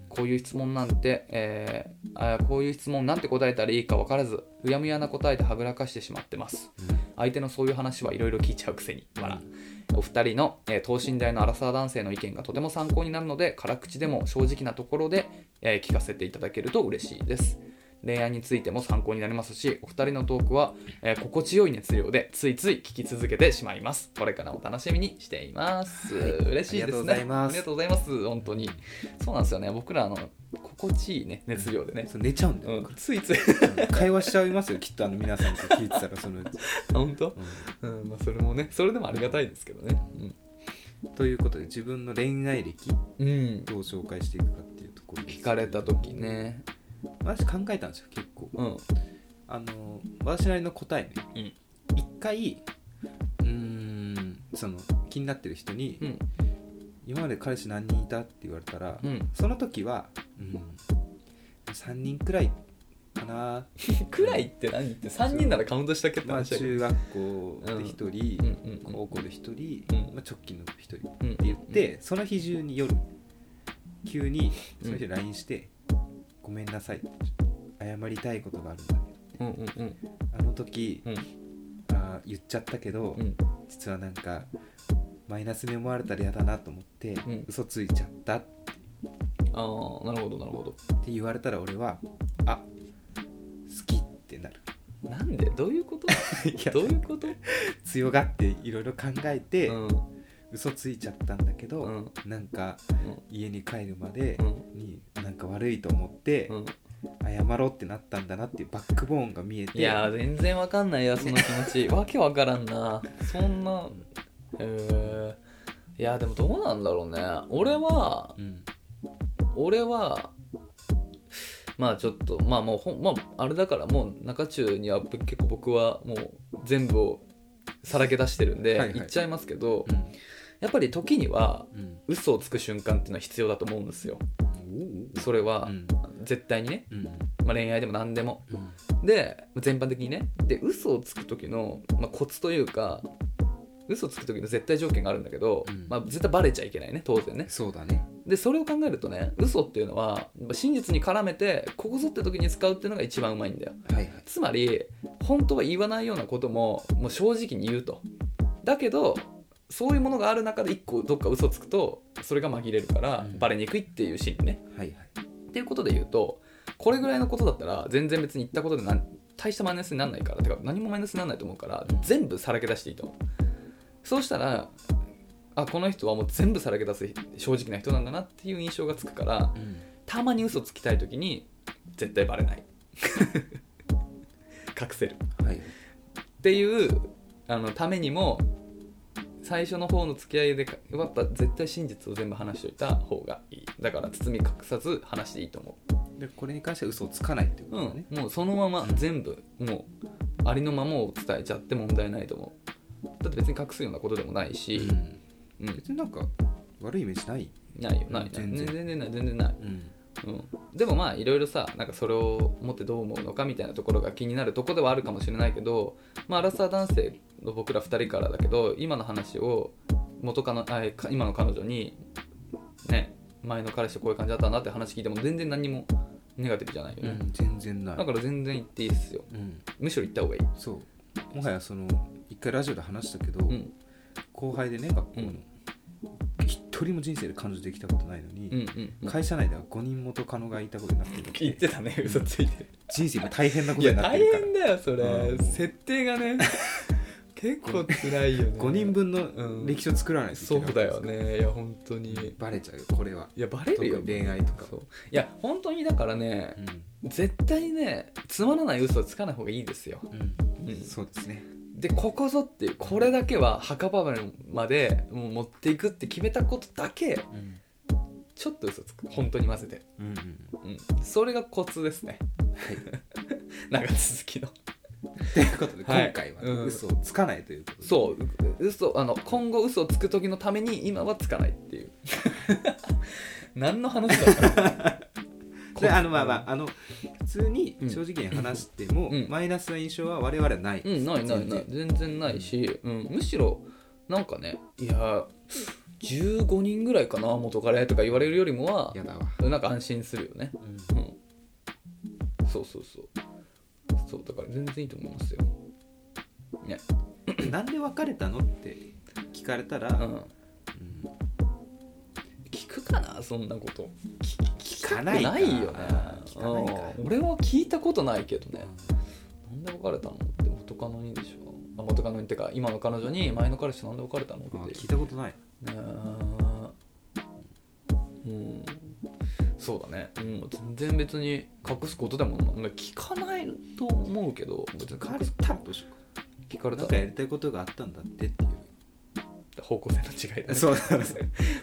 Speaker 2: こういう質問なんて、えーあーこういう質問なんて答えたらいいか分からずうやむやな答えではぐらかしてしまってます
Speaker 1: うん
Speaker 2: 相手のそういう話はいろいろ聞いちゃうくせに笑お二人の、えー等身大のアラサー男性の意見がとても参考になるので辛口でも正直なところで、えー聞かせていただけると嬉しいです恋愛についても参考になりますしお二人のトークは、えー心地よい熱量でついつい聞き続けてしまいますこれからも楽しみにしています、
Speaker 1: はい
Speaker 2: 嬉しいですね
Speaker 1: ありがとうございます
Speaker 2: ありがとうございます本当にそうなんですよね僕らあの心地いいね熱量でね、
Speaker 1: そう寝ちゃうんだ
Speaker 2: う
Speaker 1: よ、
Speaker 2: ん、ついつい
Speaker 1: 会話しちゃいますよきっとあの皆さんと聞いてたらそのうち、
Speaker 2: 本当
Speaker 1: う
Speaker 2: うんまあそれもねそれでもありがたいですけどね
Speaker 1: んということで自分の恋愛歴
Speaker 2: うん、うん、
Speaker 1: どう紹介していくかっていうところです
Speaker 2: 聞かれた時ね
Speaker 1: 私考えたんですよ結構
Speaker 2: うん
Speaker 1: あの私なりの答えね
Speaker 2: うん
Speaker 1: 一回うーんその気になってる人に、
Speaker 2: うん
Speaker 1: 今まで彼氏何人いた?」って言われたら、
Speaker 2: うん
Speaker 1: その時は、うん、3人くらいかな
Speaker 2: くらいって何って3人ならカウントしたっけって
Speaker 1: まあ
Speaker 2: 話だけど、
Speaker 1: 中学校で1人、
Speaker 2: うんうんうん
Speaker 1: 高校で1人、
Speaker 2: うん
Speaker 1: まあ、直近の1人って
Speaker 2: うん、って
Speaker 1: 言って、その日中に夜急にその人に LINE して、ごめんなさい」って謝りたいことがあるんだけど
Speaker 2: うんうんうん
Speaker 1: あの時、
Speaker 2: うん
Speaker 1: あー言っちゃったけど、
Speaker 2: うん
Speaker 1: 実はなんかマイナスに思われたら嫌だなと思って、
Speaker 2: うん
Speaker 1: 嘘ついちゃったっ
Speaker 2: ああなるほどなるほど
Speaker 1: て言われたら俺はあ好きってなる
Speaker 2: なんでどう いうこと
Speaker 1: いや
Speaker 2: どういうこと
Speaker 1: 強がっていろいろ考えて、
Speaker 2: うん
Speaker 1: 嘘ついちゃったんだけど、
Speaker 2: うん
Speaker 1: なんか
Speaker 2: うん
Speaker 1: 家に帰るまで
Speaker 2: うん
Speaker 1: になんか悪いと思って
Speaker 2: うん
Speaker 1: 謝ろうってなったんだなっていうバックボーンが見えて
Speaker 2: いやー全然わかんないやその気持ち わけわからんなそんなへえいやでもどうなんだろうね俺は
Speaker 1: うん
Speaker 2: 俺はまあちょっとまあもうほんまああれだからもう中中にはぶ結構僕はもう全部をさらけ出してるんで、
Speaker 1: はいはい
Speaker 2: 言っちゃいますけど、
Speaker 1: うん
Speaker 2: やっぱり時には
Speaker 1: うん
Speaker 2: 嘘をつく瞬間っていうのは必要だと思うんですよそれは
Speaker 1: うん
Speaker 2: 絶対にね、
Speaker 1: うん
Speaker 2: まあ、恋愛でも何でも
Speaker 1: うん
Speaker 2: で全般的にねで嘘をつく時の、まあ、コツというか嘘をつく時の絶対条件があるんだけど、
Speaker 1: うん
Speaker 2: まあ、絶対バレちゃいけないね当然ね
Speaker 1: そうだね
Speaker 2: でそれを考えるとね嘘っていうのはやっぱ真実に絡めてここぞって時に使うっていうのが一番うまいんだよ
Speaker 1: はいはい
Speaker 2: つまり本当は言わないようなことももう正直に言うとだけどそういうものがある中で一個どっか嘘つくとそれが紛れるから
Speaker 1: うん
Speaker 2: バレにくいっていうシーンね、
Speaker 1: はいはい
Speaker 2: っていうことで言うとこれぐらいのことだったら全然別に言ったことでなん大したマイナスにならないからてか何もマイナスにならないと思うから全部さらけ出していいと思うそうしたらあこの人はもう全部さらけ出す正直な人なんだなっていう印象がつくから
Speaker 1: うん
Speaker 2: たまに嘘つきたい時に絶対バレない 隠せる
Speaker 1: はい
Speaker 2: っていうあのためにも最初の方の付き合いでかやっぱ絶対真実を全部話しておいた方がいいだから包み隠さず話していいと思う
Speaker 1: でこれに関しては嘘をつかないってこと
Speaker 2: う
Speaker 1: だね
Speaker 2: ん、、もうそのまま全部もうありのままを伝えちゃって問題ないと思うだって別に隠すようなことでもないし、
Speaker 1: うん
Speaker 2: うん
Speaker 1: 別になんか悪いイメージない、
Speaker 2: ないよないない
Speaker 1: 全然
Speaker 2: 全然ない全然ない、うん、でもまあいろいろさなんかそれを持ってどう思うのかみたいなところが気になるとこではあるかもしれないけどまあアラサー男性の僕ら2人からだけど今の話を元カノあえか今の彼女にね前の彼氏とこういう感じだったなって話聞いても全然何にもネガティブじゃないよ
Speaker 1: う
Speaker 2: ね、
Speaker 1: ん、全然ない
Speaker 2: だから全然言っていいっすよ
Speaker 1: うん、
Speaker 2: むしろ言った方がいい
Speaker 1: そうもはやその一回ラジオで話したけど、
Speaker 2: うん
Speaker 1: 後輩でね学校
Speaker 2: う
Speaker 1: の
Speaker 2: ん
Speaker 1: 一人も人生で彼女できたことないの
Speaker 2: う
Speaker 1: に、
Speaker 2: んうんうん
Speaker 1: 会社内では5人元カノがいたことになってる
Speaker 2: 言ってたね嘘ついて
Speaker 1: 人生今大変なこ
Speaker 2: い
Speaker 1: と
Speaker 2: や
Speaker 1: になっ
Speaker 2: 大
Speaker 1: てるから
Speaker 2: 変だよそれ、
Speaker 1: うん
Speaker 2: 設定が ね結構辛いよね
Speaker 1: 5人分
Speaker 2: う
Speaker 1: の
Speaker 2: ん
Speaker 1: 歴史を作らないといけ
Speaker 2: そ
Speaker 1: ないう
Speaker 2: だよねいや本当にい
Speaker 1: バレちゃうよこれは
Speaker 2: やバレるよ
Speaker 1: 特に恋愛とか
Speaker 2: そういや本当にだからね
Speaker 1: う、ん、
Speaker 2: 絶対ねつまらない嘘はつかない方がいいですよ
Speaker 1: うん
Speaker 2: うん
Speaker 1: そうですね
Speaker 2: でここぞっていうこれだけは墓場までもう持っていくって決めたことだけ
Speaker 1: うん
Speaker 2: ちょっと嘘つく本当に混ぜて、
Speaker 1: うん
Speaker 2: うん、それがコツですね
Speaker 1: はい
Speaker 2: 長続きの
Speaker 1: ということで
Speaker 2: はい
Speaker 1: 今回は
Speaker 2: うん
Speaker 1: 嘘をつかないということで、
Speaker 2: そうう嘘あの今後嘘をつく時のために今はつかないっていう 何の話だった の
Speaker 1: であのまあまああの普通に正直に話しても、
Speaker 2: うん
Speaker 1: マイナスな印象は我々はない、
Speaker 2: うんないないない全然ないし、うん、むしろなんかねいや15人ぐらいかな元彼とか言われるよりもは
Speaker 1: やだわ、
Speaker 2: なんか安心するよね
Speaker 1: うん
Speaker 2: うんそうそうそうそうだから全然いいと思いますよ、ね
Speaker 1: なんで別れたのって聞かれたら、
Speaker 2: う
Speaker 1: うん
Speaker 2: ん聞くかなそんなこと
Speaker 1: 聞かない
Speaker 2: ないよね
Speaker 1: 聞かないか
Speaker 2: うん俺は聞いたことないけどねなんで別れたのって元カノにでしょあ元カノにってか今の彼女に前の彼氏となんで別れたのって
Speaker 1: あ聞いたことない
Speaker 2: ねえうんそうだね、うん、全然別に隠すことでもなんか聞かないと思うけど別
Speaker 1: 聞
Speaker 2: に
Speaker 1: か
Speaker 2: 隠
Speaker 1: れ
Speaker 2: す
Speaker 1: たらどうしよう
Speaker 2: 聞かれ
Speaker 1: かなん
Speaker 2: た
Speaker 1: かやりたいことがあったんだってっていう
Speaker 2: 方向性の違いだ、ね、
Speaker 1: そうそう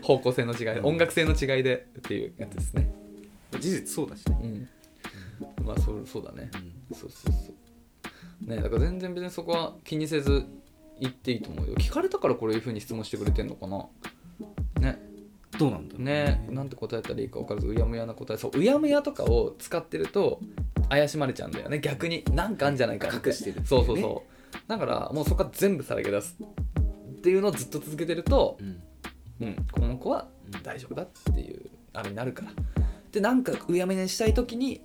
Speaker 2: 方向性の違い、
Speaker 1: うん
Speaker 2: 音楽性の違いでっていうやつですね
Speaker 1: 事実そうだしね、
Speaker 2: うんまあそうそうだねそうそうそうねだから全然別にそこは気にせず言っていいと思うよ聞かれたからこういうふうに質問してくれてんのかなね
Speaker 1: どうなんだろう
Speaker 2: ねなんて答えたらいいか分からずうやむやな答えそううやむやとかを使ってると怪しまれちゃうんだよね逆になんかあんじゃないかって
Speaker 1: 隠してるっていうね
Speaker 2: そうそうそうだからもうそこは全部さらけ出すっていうのをずっと続けてると
Speaker 1: う、ん
Speaker 2: うん、この子は大丈夫だっていうあれになるからでなんかうやむやにしたい時に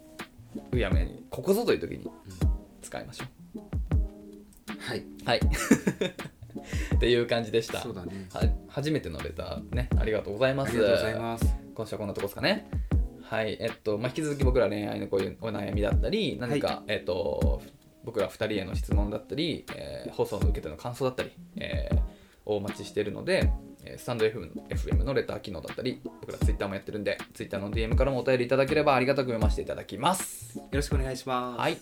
Speaker 2: うやむやにここぞという時に使いましょ
Speaker 1: はい、
Speaker 2: うはい っていう感じでした
Speaker 1: そうだね
Speaker 2: は初めてのレターねありがとうございま
Speaker 1: あ
Speaker 2: す
Speaker 1: りがとうございます
Speaker 2: 今週はこんなとこですかね。はい、えっと、まあ、引き続き僕ら恋愛のこういうお悩みだったり、何か、
Speaker 1: は
Speaker 2: えっと、僕ら2人への質問だったり、えー放送の受けての感想だったり、えーお待ちしているので、えースタンド FM, FM のレター機能だったり、僕ら Twitter もやってるんで、Twitter の DM からもお便りいただければありがたく読ませていただきます。
Speaker 1: よろしくお願いします
Speaker 2: はい。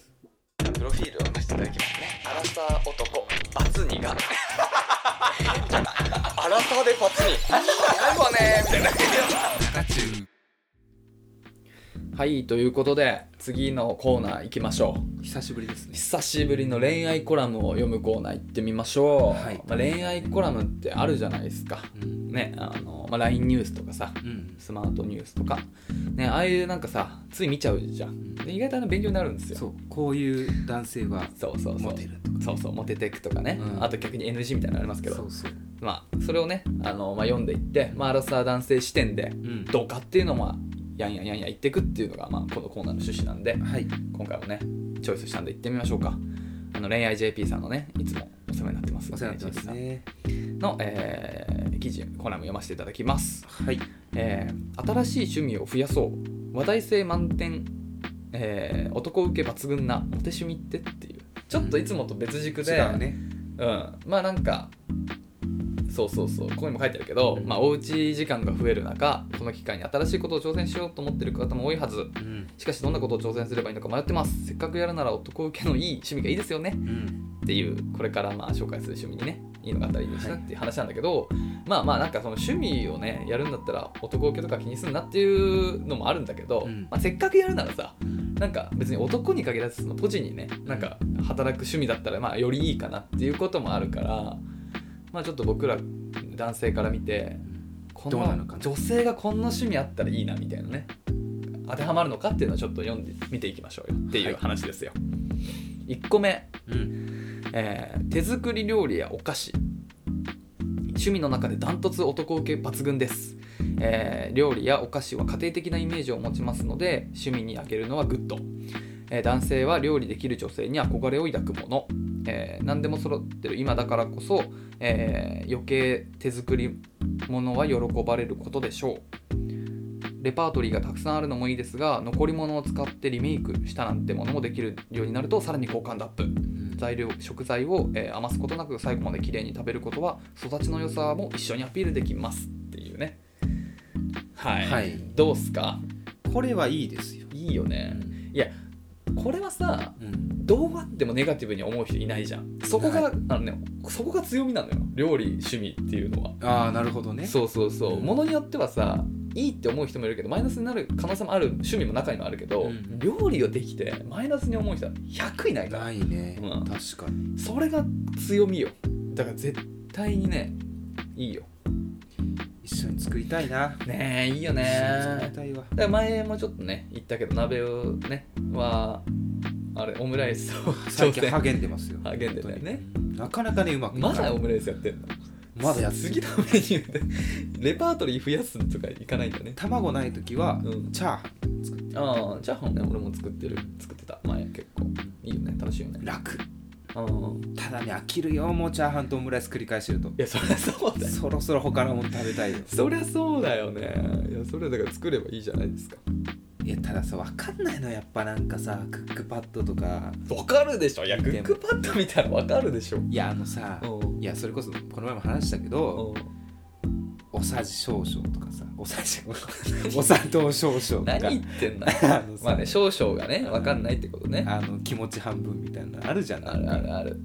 Speaker 2: プロフィールを出していただきますね。アラサー男、バツニが。 アラサーでバ ツニ。やるわねみたいな。はい、ということで、次のコーナー行きましょう。
Speaker 1: 久しぶりですね
Speaker 2: 久しぶりの恋愛コラムを読むコーナー行ってみましょう。
Speaker 1: はい
Speaker 2: まあ、恋愛コラムってあるじゃないですか。
Speaker 1: うん、
Speaker 2: ね、あの、まあ、LINE ニュースとかさ、
Speaker 1: うん、
Speaker 2: スマートニュースとか、ね、ああいうなんかさ、つい見ちゃうじゃん。で意外とあの勉強になるんですよ。
Speaker 1: そうこういう男性は
Speaker 2: そうそうそう
Speaker 1: モテる
Speaker 2: そうそうモテテクとかね、
Speaker 1: うん
Speaker 2: あと逆に NG みたいなのありますけ
Speaker 1: そ
Speaker 2: ど
Speaker 1: うそう
Speaker 2: まあそれをねあの、まあ、読んでいって、まあ、アラサー男性視点で
Speaker 1: ん
Speaker 2: どうかっていうのを、まあ、やんやんやんやん言っていくっていうのが、まあ、このコーナーの趣旨なんで
Speaker 1: はい
Speaker 2: 今回もねチョイスしたんで行ってみましょうかあの恋愛 JP さんのねいつもお世話になってます
Speaker 1: お世話になってますね
Speaker 2: 恋愛 JP さんの、えー記事コラム読ませていただきます
Speaker 1: はい
Speaker 2: えー新しい趣味を増やそう話題性満点、えー男受け抜群なモテ趣味ってっていうちょっといつもと別軸で、
Speaker 1: 違うね
Speaker 2: うん、まあなんかそうそうそうここにも書いてあるけど、
Speaker 1: うん
Speaker 2: まあ、おうち時間が増える中この機会に新しいことを挑戦しようと思ってる方も多いはず
Speaker 1: うん
Speaker 2: しかしどんなことを挑戦すればいいのか迷ってますせっかくやるなら男受けのいい趣味がいいですよね
Speaker 1: うん
Speaker 2: っていうこれからまあ紹介する趣味にねいいのがあったらいいですなっていう話なんだけど、まあまあなんかその趣味をねやるんだったら男受けとか気にすんなっていうのもあるんだけど、
Speaker 1: うん
Speaker 2: まあ、せっかくやるならさなんか別に男に限らずそのポジにねなんか働く趣味だったらまあよりいいかなっていうこともあるからまあちょっと僕ら男性から見てこ
Speaker 1: どうなのかな
Speaker 2: 女性がこんな趣味あったらいいなみたいなね当てはまるのかっていうのをちょっと読んで見ていきましょうよっていう話ですよ。1個目
Speaker 1: うん
Speaker 2: えー手作り料理やお菓子趣味の中でダントツ男受け抜群です、えー料理やお菓子は家庭的なイメージを持ちますので趣味にあげるのはグッド、えー男性は料理できる女性に憧れを抱くもの、えー何でも揃ってる今だからこそ、えー余計手作りものは喜ばれることでしょうレパートリーがたくさんあるのもいいですが残り物を使ってリメイクしたなんてものもできるようになるとさらに好感度アップ
Speaker 1: うん
Speaker 2: 材料食材を、えー余すことなく最後まで綺麗に食べることは育ちの良さも一緒にアピールできますっていうねはい、
Speaker 1: はい
Speaker 2: どうっすか
Speaker 1: これはいいですよ
Speaker 2: いいよ
Speaker 1: う
Speaker 2: ね
Speaker 1: ん
Speaker 2: これはさ
Speaker 1: うん
Speaker 2: どうあってもネガティブに思う人いないじゃんそこが、
Speaker 1: は
Speaker 2: あのねそこが強みなのよ料理趣味っていうのは
Speaker 1: ああなるほどね
Speaker 2: そうそうそ
Speaker 1: う
Speaker 2: う、
Speaker 1: ん
Speaker 2: ものによってはさいいって思う人もいるけどマイナスになる可能性もある趣味も中にはあるけど、
Speaker 1: うん
Speaker 2: 料理をできてマイナスに思う人は100いないから
Speaker 1: ないね
Speaker 2: うん
Speaker 1: 確かに
Speaker 2: それが強みよだから絶対にねいいよ
Speaker 1: 一緒に作りたいな
Speaker 2: ねえいいよ
Speaker 1: 一緒に
Speaker 2: ね
Speaker 1: 作りたいわ
Speaker 2: だから前もちょっとね言ったけど鍋をねはあれオムライスを
Speaker 1: 最近
Speaker 2: 挑
Speaker 1: 励んでますよ
Speaker 2: 戦励んでたよね
Speaker 1: なかなかねうまくいか
Speaker 2: ま
Speaker 1: ない
Speaker 2: だオムライスやってんの
Speaker 1: まだやって
Speaker 2: 次のメニューでレパートリー増やすとかいかないんだね
Speaker 1: 卵ない時は
Speaker 2: うん
Speaker 1: チャーハ
Speaker 2: ああチャーハンね俺も作ってる作ってた前結構いいよね楽しいよ
Speaker 1: ン
Speaker 2: ね
Speaker 1: 楽
Speaker 2: うんい
Speaker 1: ただね飽きるよもうチャーハンとオムライス繰り返してると
Speaker 2: やそりゃそうだよ
Speaker 1: そろそろ他のもの食べたいよ
Speaker 2: そりゃそうだよねいやそれだから作ればいいじゃないですか
Speaker 1: いやたださ分かんないのやっぱなんかさクックパッドとか
Speaker 2: わかるでしょいやク
Speaker 1: で
Speaker 2: ッ
Speaker 1: も
Speaker 2: クパッド見たらわかるでしょ
Speaker 1: いやあのさ
Speaker 2: うん
Speaker 1: いやそれこそこの前も話したけどおさじ少々とかさおさじ お砂糖少々とか
Speaker 2: 何言ってんだ
Speaker 1: あのさ
Speaker 2: まあね少々がねわかんないってことね
Speaker 1: あの気持ち半分みたいなのあるじゃんな
Speaker 2: あ
Speaker 1: い
Speaker 2: るあるある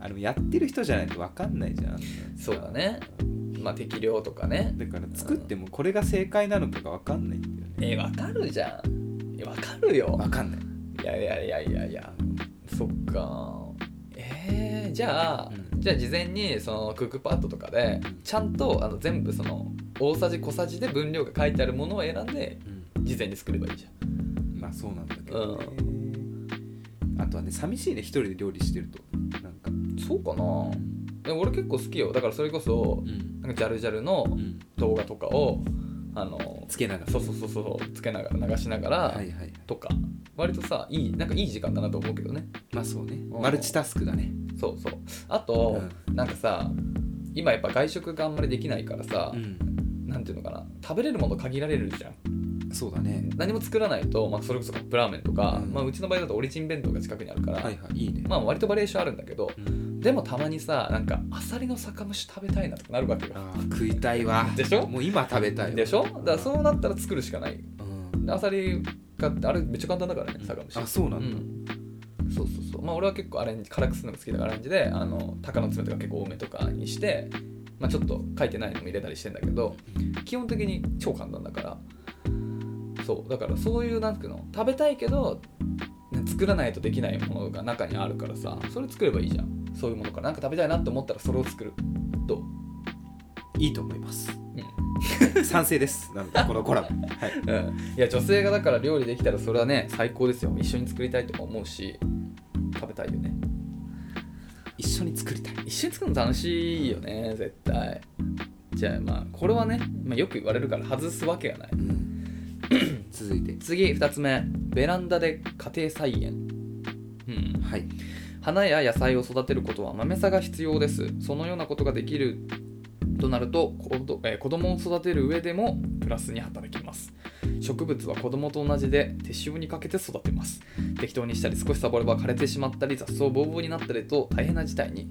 Speaker 1: あのやってる人じゃないと分かんないじゃん
Speaker 2: そうだねまあ適量とかね
Speaker 1: だから作ってもこれが正解なのかが分かんないんだよね
Speaker 2: えわかるじゃんえわかるよ
Speaker 1: 分かんない
Speaker 2: いやいやいやいやいやそっかえー、じゃあ、
Speaker 1: うん
Speaker 2: じゃあ事前にそのクックパッドとかで
Speaker 1: うん
Speaker 2: ちゃんとあの全部その大さじ小さじで分量が書いてあるものを選んで事前に作ればいいじゃ
Speaker 1: まあそうなんだけどねあとはね寂しいね一人で料理してるとなんか
Speaker 2: んそうかなでも俺結構好きよだからそれこそ
Speaker 1: うん
Speaker 2: なんかジャルジャルの
Speaker 1: うん
Speaker 2: 動画とかをあの
Speaker 1: つけながら
Speaker 2: そうそうそうそうつけながら流しながら
Speaker 1: はいはいはい
Speaker 2: とか、割とさいいなんかいい時間だなと思うけどね
Speaker 1: まあそうねマルチタスクだね
Speaker 2: そうそうあと、
Speaker 1: う
Speaker 2: なんかさ今やっぱ外食があんまりできないからさ、
Speaker 1: ん
Speaker 2: なんていうのかな食べれるもの限られるじゃん
Speaker 1: そうだね
Speaker 2: 何も作らないと、まあ、それこそカップラーメンとか、
Speaker 1: うん
Speaker 2: まあ、うちの場合だとオリジン弁当が近くにあるから、
Speaker 1: はいはいいいね
Speaker 2: まあ割とバリエーションあるんだけど
Speaker 1: うん
Speaker 2: でもたまにさなんかアサリの酒蒸し食べたいなとかなるわけよ
Speaker 1: あー食いたいわ
Speaker 2: でしょ
Speaker 1: もう今食べたいわ
Speaker 2: でしょだからそうなったら作るしかない
Speaker 1: うん
Speaker 2: でアサリ買ってあれめっちゃ簡単だからね酒蒸し
Speaker 1: あそうなんだ
Speaker 2: うんそうそうそうまあ俺は結構アレンジ辛くするのが好きだからアレンジであの鷹の爪とか結構多めとかにして、まあ、ちょっと書いてないのも入れたりしてんだけど基本的に超簡単だからそうだからそういうなんていうの食べたいけどね作らないとできないものが中にあるからさそれ作ればいいじゃんそういうものからなんか食べたいなって思ったらそれを作るどう、
Speaker 1: いいと思います
Speaker 2: う
Speaker 1: 賛成ですなのでこのコ ラボはい
Speaker 2: んうん、いや女性がだから料理できたらそれはね最高ですよ一緒に作りたいとか思うし食べたいよね
Speaker 1: 一緒に作りたい
Speaker 2: 一緒に作るの楽しいよね絶対じゃあまあこれはね、まあ、よく言われるから外すわけがない
Speaker 1: 続いて
Speaker 2: 次2つ目ベランダで家庭菜園うん
Speaker 1: はい
Speaker 2: 花や野菜を育てることは豆さが必要ですそのようなことができるとなると子ど、えー子供を育てる上でもプラスに働きます植物は子供と同じで手塩にかけて育てます適当にしたり少しサボれば枯れてしまったり雑草ボーボーになったりと大変な事態に、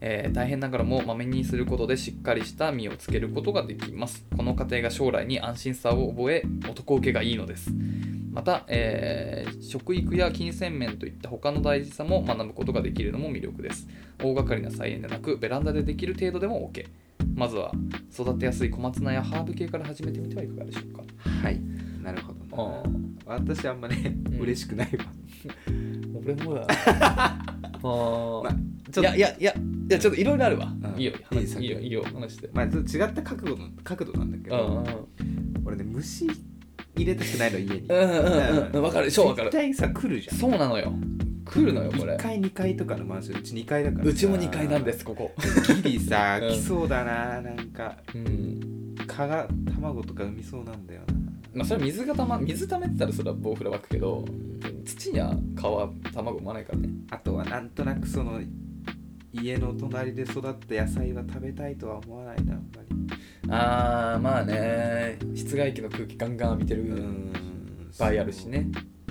Speaker 2: えー大変ながらもまめにすることでしっかりした実をつけることができますこの過程が将来に安心さを覚え男受けがいいのですまた、えー食育や金銭面といった他の大事さも学ぶことができるのも魅力です大掛かりな菜園でなくベランダでできる程度でも OK まずは育てやすい小松菜やハーブ系から始めてみてはいかがでしょうか
Speaker 1: はいなるほどな
Speaker 2: あ
Speaker 1: 私あんまね
Speaker 2: うん
Speaker 1: 嬉しくないわ
Speaker 2: 俺も だ
Speaker 1: ま
Speaker 2: あ
Speaker 1: あ
Speaker 2: いやいやいやいやちょっといろいろあるわ、
Speaker 1: うん
Speaker 2: いいよ
Speaker 1: いい
Speaker 2: 話
Speaker 1: 作
Speaker 2: いい
Speaker 1: 品
Speaker 2: よいいよ話して
Speaker 1: まあちょっと違った角度の角度なんだけ
Speaker 2: うんうん
Speaker 1: ど俺ね虫入れたくないの家に
Speaker 2: うんうんうんわかる超わかる
Speaker 1: 絶対さ来るじゃん
Speaker 2: そうなのよ来るのよこれ
Speaker 1: 1階2階とかのマンションうち2階だからさ
Speaker 2: うちも2階なんですここ、
Speaker 1: ギリさ
Speaker 2: うん
Speaker 1: 来そうだななんか
Speaker 2: うん
Speaker 1: 蚊が卵とか産みそうなんだよ
Speaker 2: まあ、それは水がたま水溜めてたらそれはボウフラ湧くけど土には皮卵産まないからね
Speaker 1: なあとはなんとなくその家の隣で育った野菜は食べたいとは思わないなあんまり
Speaker 2: あーまあね室外機の空気ガンガン浴びてる
Speaker 1: ん
Speaker 2: 場合あるしね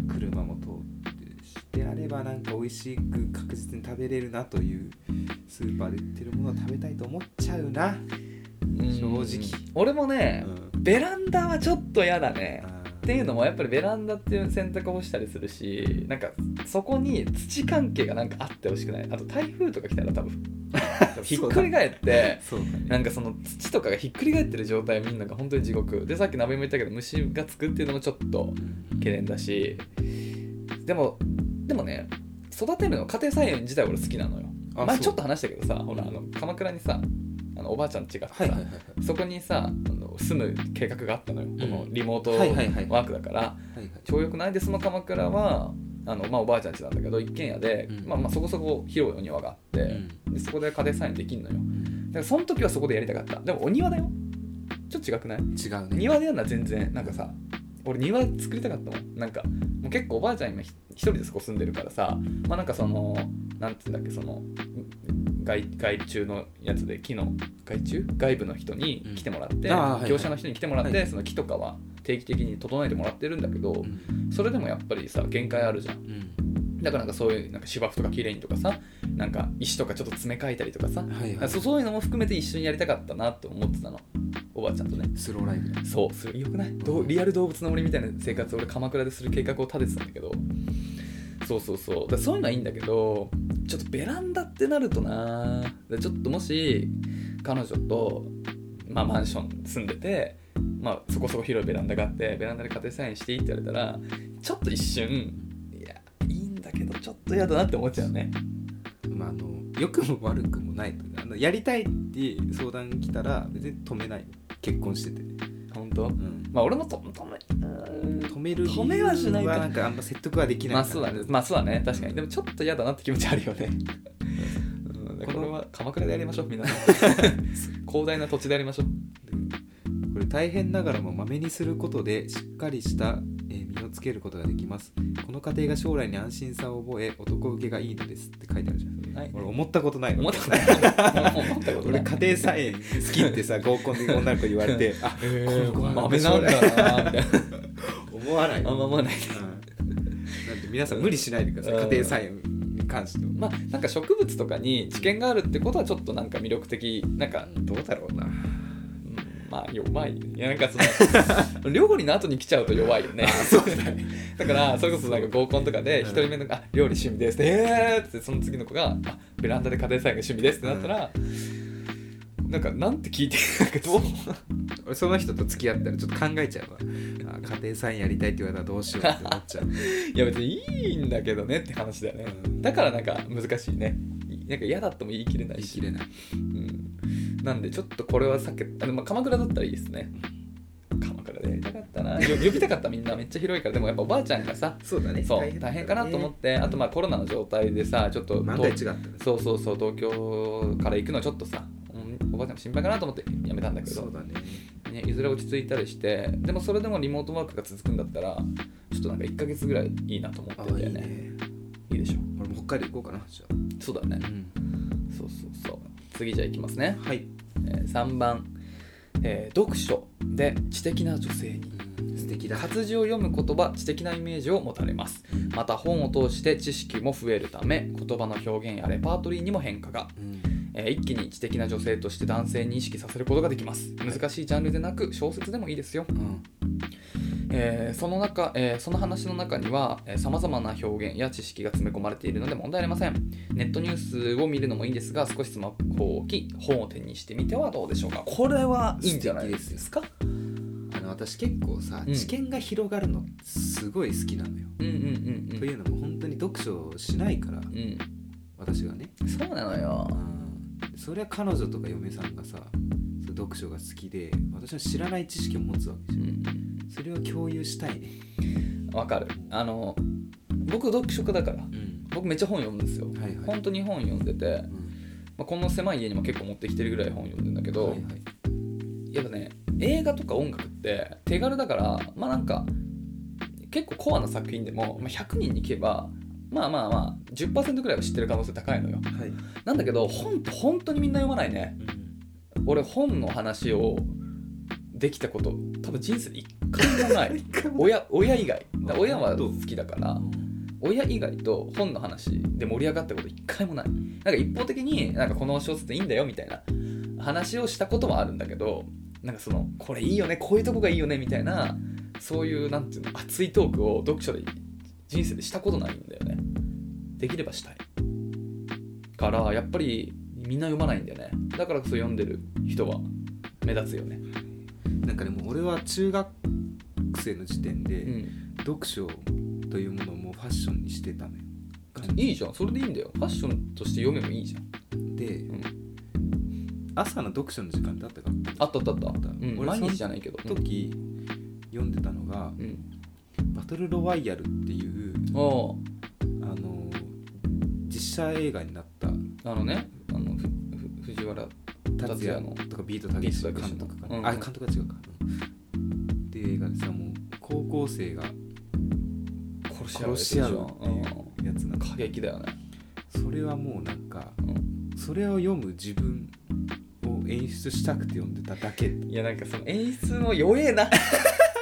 Speaker 1: 車も通ってるしであればなんか美味しく確実に食べれるなというスーパーで売ってるものを食べたいと思っちゃうな、
Speaker 2: うん
Speaker 1: 正直
Speaker 2: 俺もね、
Speaker 1: っ
Speaker 2: ベランダはちょっと嫌だねっていうのもやっぱりベランダっていう選択をしたりするしなんかそこに土関係がなんかあってほしくないあと台風とか来たら多 分ひっくり返って
Speaker 1: そうだね
Speaker 2: なんかその土とかがひっくり返ってる状態を見るのが本当に地獄でさっき鍋も言ったけど虫がつくっていうのもちょっと懸念だしでもでもね育てるの家庭菜園自体俺好きなのよ
Speaker 1: あ
Speaker 2: 前
Speaker 1: そう
Speaker 2: ちょっと話したけどさほらあ
Speaker 1: うん
Speaker 2: の鎌倉にさあのおばあちゃん家があってさ、
Speaker 1: はいはいはい
Speaker 2: そこにさあの住む計画があったのよ、このリモート
Speaker 1: はいはいはい
Speaker 2: ワークだから
Speaker 1: はいはい
Speaker 2: ちょうよくないでその鎌倉はあの、まあ、おばあちゃん家なんだけど一軒家で、
Speaker 1: うん
Speaker 2: まあ、まあそこそこ広いお庭があって、でそこで家庭菜園できんのよだからその時はそこでやりたかったでもお庭だよちょっと違くない
Speaker 1: 違うね
Speaker 2: 庭でやるのは全然なんかさ俺庭作りたかったもんなんかもうもう結構おばあちゃん今ひ一人でそこ住んでるからさまあなんかそのなんつうんだっけその外外注のやつで木の外注外部の人に来てもらって、
Speaker 1: うんああはいはい
Speaker 2: 業者の人に来てもらって、
Speaker 1: はい
Speaker 2: その木とかは定期的に整えてもらってるんだけど、
Speaker 1: うん
Speaker 2: それでもやっぱりさ限界あるじゃん
Speaker 1: うん
Speaker 2: だからなんかそういうなんか芝生とかきれいにとかさなんか石とかちょっと詰め替えたりとかさ、
Speaker 1: はいはい
Speaker 2: そそういうのも含めて一緒にやりたかったなと思ってたのおばあちゃんとね
Speaker 1: スローライフだ
Speaker 2: そうするよくないどうリアル動物の森みたいな生活を俺鎌倉でする計画を立ててたんだけどそうそうそうだからそういうのはいいんだけどちょっとベランダってなるとなでちょっともし彼女と、まあ、マンション住んでて、まあ、そこそこ広いベランダがあってベランダで家庭菜園していいって言われたらちょっと一瞬いやいいんだけどちょっと嫌だなって思っちゃうね
Speaker 1: まああの良くも悪くもないとあのやりたいって相談来たら別に止めない結婚してて、
Speaker 2: 本
Speaker 1: う
Speaker 2: 当
Speaker 1: ん、
Speaker 2: まあ俺もと止めうーん
Speaker 1: 止める理由
Speaker 2: 止めはしないか
Speaker 1: なんかあんま説得はできない
Speaker 2: まあ
Speaker 1: から
Speaker 2: そうだねまあそうだね確かにでもちょっと嫌だなって気持ちあるよね、うん、こ
Speaker 1: この
Speaker 2: れは鎌倉でやりましょうみんな 広大な土地でやりましょう
Speaker 1: これ大変ながらもまめにすることでしっかりした、えー身をつけることができますこの過程が将来に安心さを覚え男受けがいいのですって書いてあるじゃん
Speaker 2: はい
Speaker 1: 俺思ったことないの
Speaker 2: 思ったこと ない思ったこと
Speaker 1: 俺
Speaker 2: ない
Speaker 1: 家庭菜園好きって さ合コンで女の子言われてあ
Speaker 2: え
Speaker 1: ー
Speaker 2: ー、豆なんだなみたい
Speaker 1: 思わない
Speaker 2: なあんま思わない
Speaker 1: うんなんで皆さん無理しないでください家庭菜園に関しては
Speaker 2: まあなんか植物とかに知見があるってことはちょっとなんか魅力的なんか、
Speaker 1: どうだろうな
Speaker 2: うんまあ弱いいやなんかその 料理の後に来ちゃうと弱いよね
Speaker 1: そうだね
Speaker 2: だからそれこそなんか合コンとかで
Speaker 1: うん
Speaker 2: 一人目の子が「あ料理趣味です」って「えー!」ってその次の子があ「ベランダで家庭菜園が趣味です」ってなったら、なんかなんて聞いてなんかどう
Speaker 1: 俺その人と付き合ったらちょっと考えちゃうわあ家庭菜園やりたいって言われたらどうしようって思っ ちゃう
Speaker 2: いや別にいいんだけどねって話だよね、
Speaker 1: うん
Speaker 2: だからなんか難しいねいなんか嫌だとも言い切れな
Speaker 1: 言
Speaker 2: い
Speaker 1: い
Speaker 2: し
Speaker 1: 切れない
Speaker 2: うん、なんでちょっとこれは避けあでも鎌倉だったらいいですね鎌倉でやりたかったなよ呼びたかったみんなめっちゃ広いからでもやっぱおばあちゃんがさ
Speaker 1: そうだね
Speaker 2: そう大変かなと思ってあとまあコロナの状態でさちょっと
Speaker 1: 万が一があったら
Speaker 2: そうそうそう東京から行くのちょっとさうんおばあちゃんも心配かなと思ってやめたんだけ
Speaker 1: そ
Speaker 2: ど
Speaker 1: う、だね
Speaker 2: ね、いずれ落ち着いたりしてでもそれでもリモートワークが続くんだったらちょっとなんか1ヶ月ぐらいいいなと思ってんだよねいいでしょ
Speaker 1: 俺も北海道行こうかなじゃ
Speaker 2: そうだね
Speaker 1: あ、
Speaker 2: そうそうそう次じゃあいきますね、
Speaker 1: はい、
Speaker 2: えー3番、えー読書で知的な女性に
Speaker 1: 素敵だ
Speaker 2: 活字を読む言葉知的なイメージを持たれますまた本を通して知識も増えるため言葉の表現やレパートリーにも変化が
Speaker 1: うん
Speaker 2: えー一気に知的な女性として男性に意識させることができます難しいジャンルでなく小説でもいいですよ、
Speaker 1: うん
Speaker 2: えーその中、えーその話の中にはさまざまな表現や知識が詰め込まれているので問題ありませんネットニュースを見るのもいいですが少しスマホを置き本を手にしてみてはどうでしょうかこれはいいんじゃないですか
Speaker 1: あの私結構さ
Speaker 2: うん
Speaker 1: 知見が広がるのすごい好きなのよ、
Speaker 2: うんうんうん
Speaker 1: というのも本当に読書をしないから
Speaker 2: うんうん
Speaker 1: 私がね、
Speaker 2: そうなのよ
Speaker 1: うん、それは彼女とか嫁さんがさそう読書が好きで私は知らない知識を持つわけ
Speaker 2: う
Speaker 1: じゃん
Speaker 2: ん
Speaker 1: それを共有したいね、
Speaker 2: わかるあの僕読書家だから
Speaker 1: うん、
Speaker 2: 僕めっちゃ本読むんですよ
Speaker 1: はいはい
Speaker 2: 本当に本読んでて
Speaker 1: うん
Speaker 2: まあ、この狭い家にも結構持ってきてるぐらい本読んでんだけど、
Speaker 1: はいはい
Speaker 2: やっぱね映画とか音楽って手軽だからまあなんか結構コアな作品でも、まあ、100人に聞けばまあまあまあ10%ぐらいは知ってる可能性高いのよ
Speaker 1: はい
Speaker 2: なんだけど本って本当にみんな読まないね俺本の話をできたこと多分人生で一回もない親親以外だから親は好きだから親以外と本の話で盛り上がったこと一回もないなんか一方的になんかこの小説でいいんだよみたいな話をしたことはあるんだけどなんかそのこれいいよねこういうとこがいいよねみたいなそういうなんていうの熱いトークを読書で人生でしたことないんだよねできればしたいからやっぱりみんな読まないんだよねだからこそ読んでる人は目立つよね
Speaker 1: なんかでも俺は中学生の時点で、
Speaker 2: うん
Speaker 1: 読書というものをもうファッションにしてたのよ。
Speaker 2: いいじゃんそれでいいんだよファッションとして読めばいいじゃん
Speaker 1: で、
Speaker 2: うん
Speaker 1: 朝の読書の時間ってあったか
Speaker 2: あったあったあった、
Speaker 1: あった
Speaker 2: うん、
Speaker 1: 俺
Speaker 2: 毎日じゃないけど
Speaker 1: その時、読んでたのが
Speaker 2: うんう
Speaker 1: 「
Speaker 2: ん
Speaker 1: バトル・ロワイヤル」っていう
Speaker 2: おう
Speaker 1: あの実写映画になった
Speaker 2: あのねあのふふ藤原
Speaker 1: 達
Speaker 2: 達也
Speaker 1: 也
Speaker 2: の
Speaker 1: のとかビートたけし監
Speaker 2: ビートたけしの
Speaker 1: 督か
Speaker 2: うん
Speaker 1: なあ監督は違うか、うんっていう映画でさもう高校生が
Speaker 2: こ
Speaker 1: 殺し合うって
Speaker 2: うん
Speaker 1: いうやつなん
Speaker 2: 過激だよね、
Speaker 1: それはもうなんか
Speaker 2: うん
Speaker 1: それを読む自分を演出したくて読んでただけ
Speaker 2: いやなんかその演出も弱え な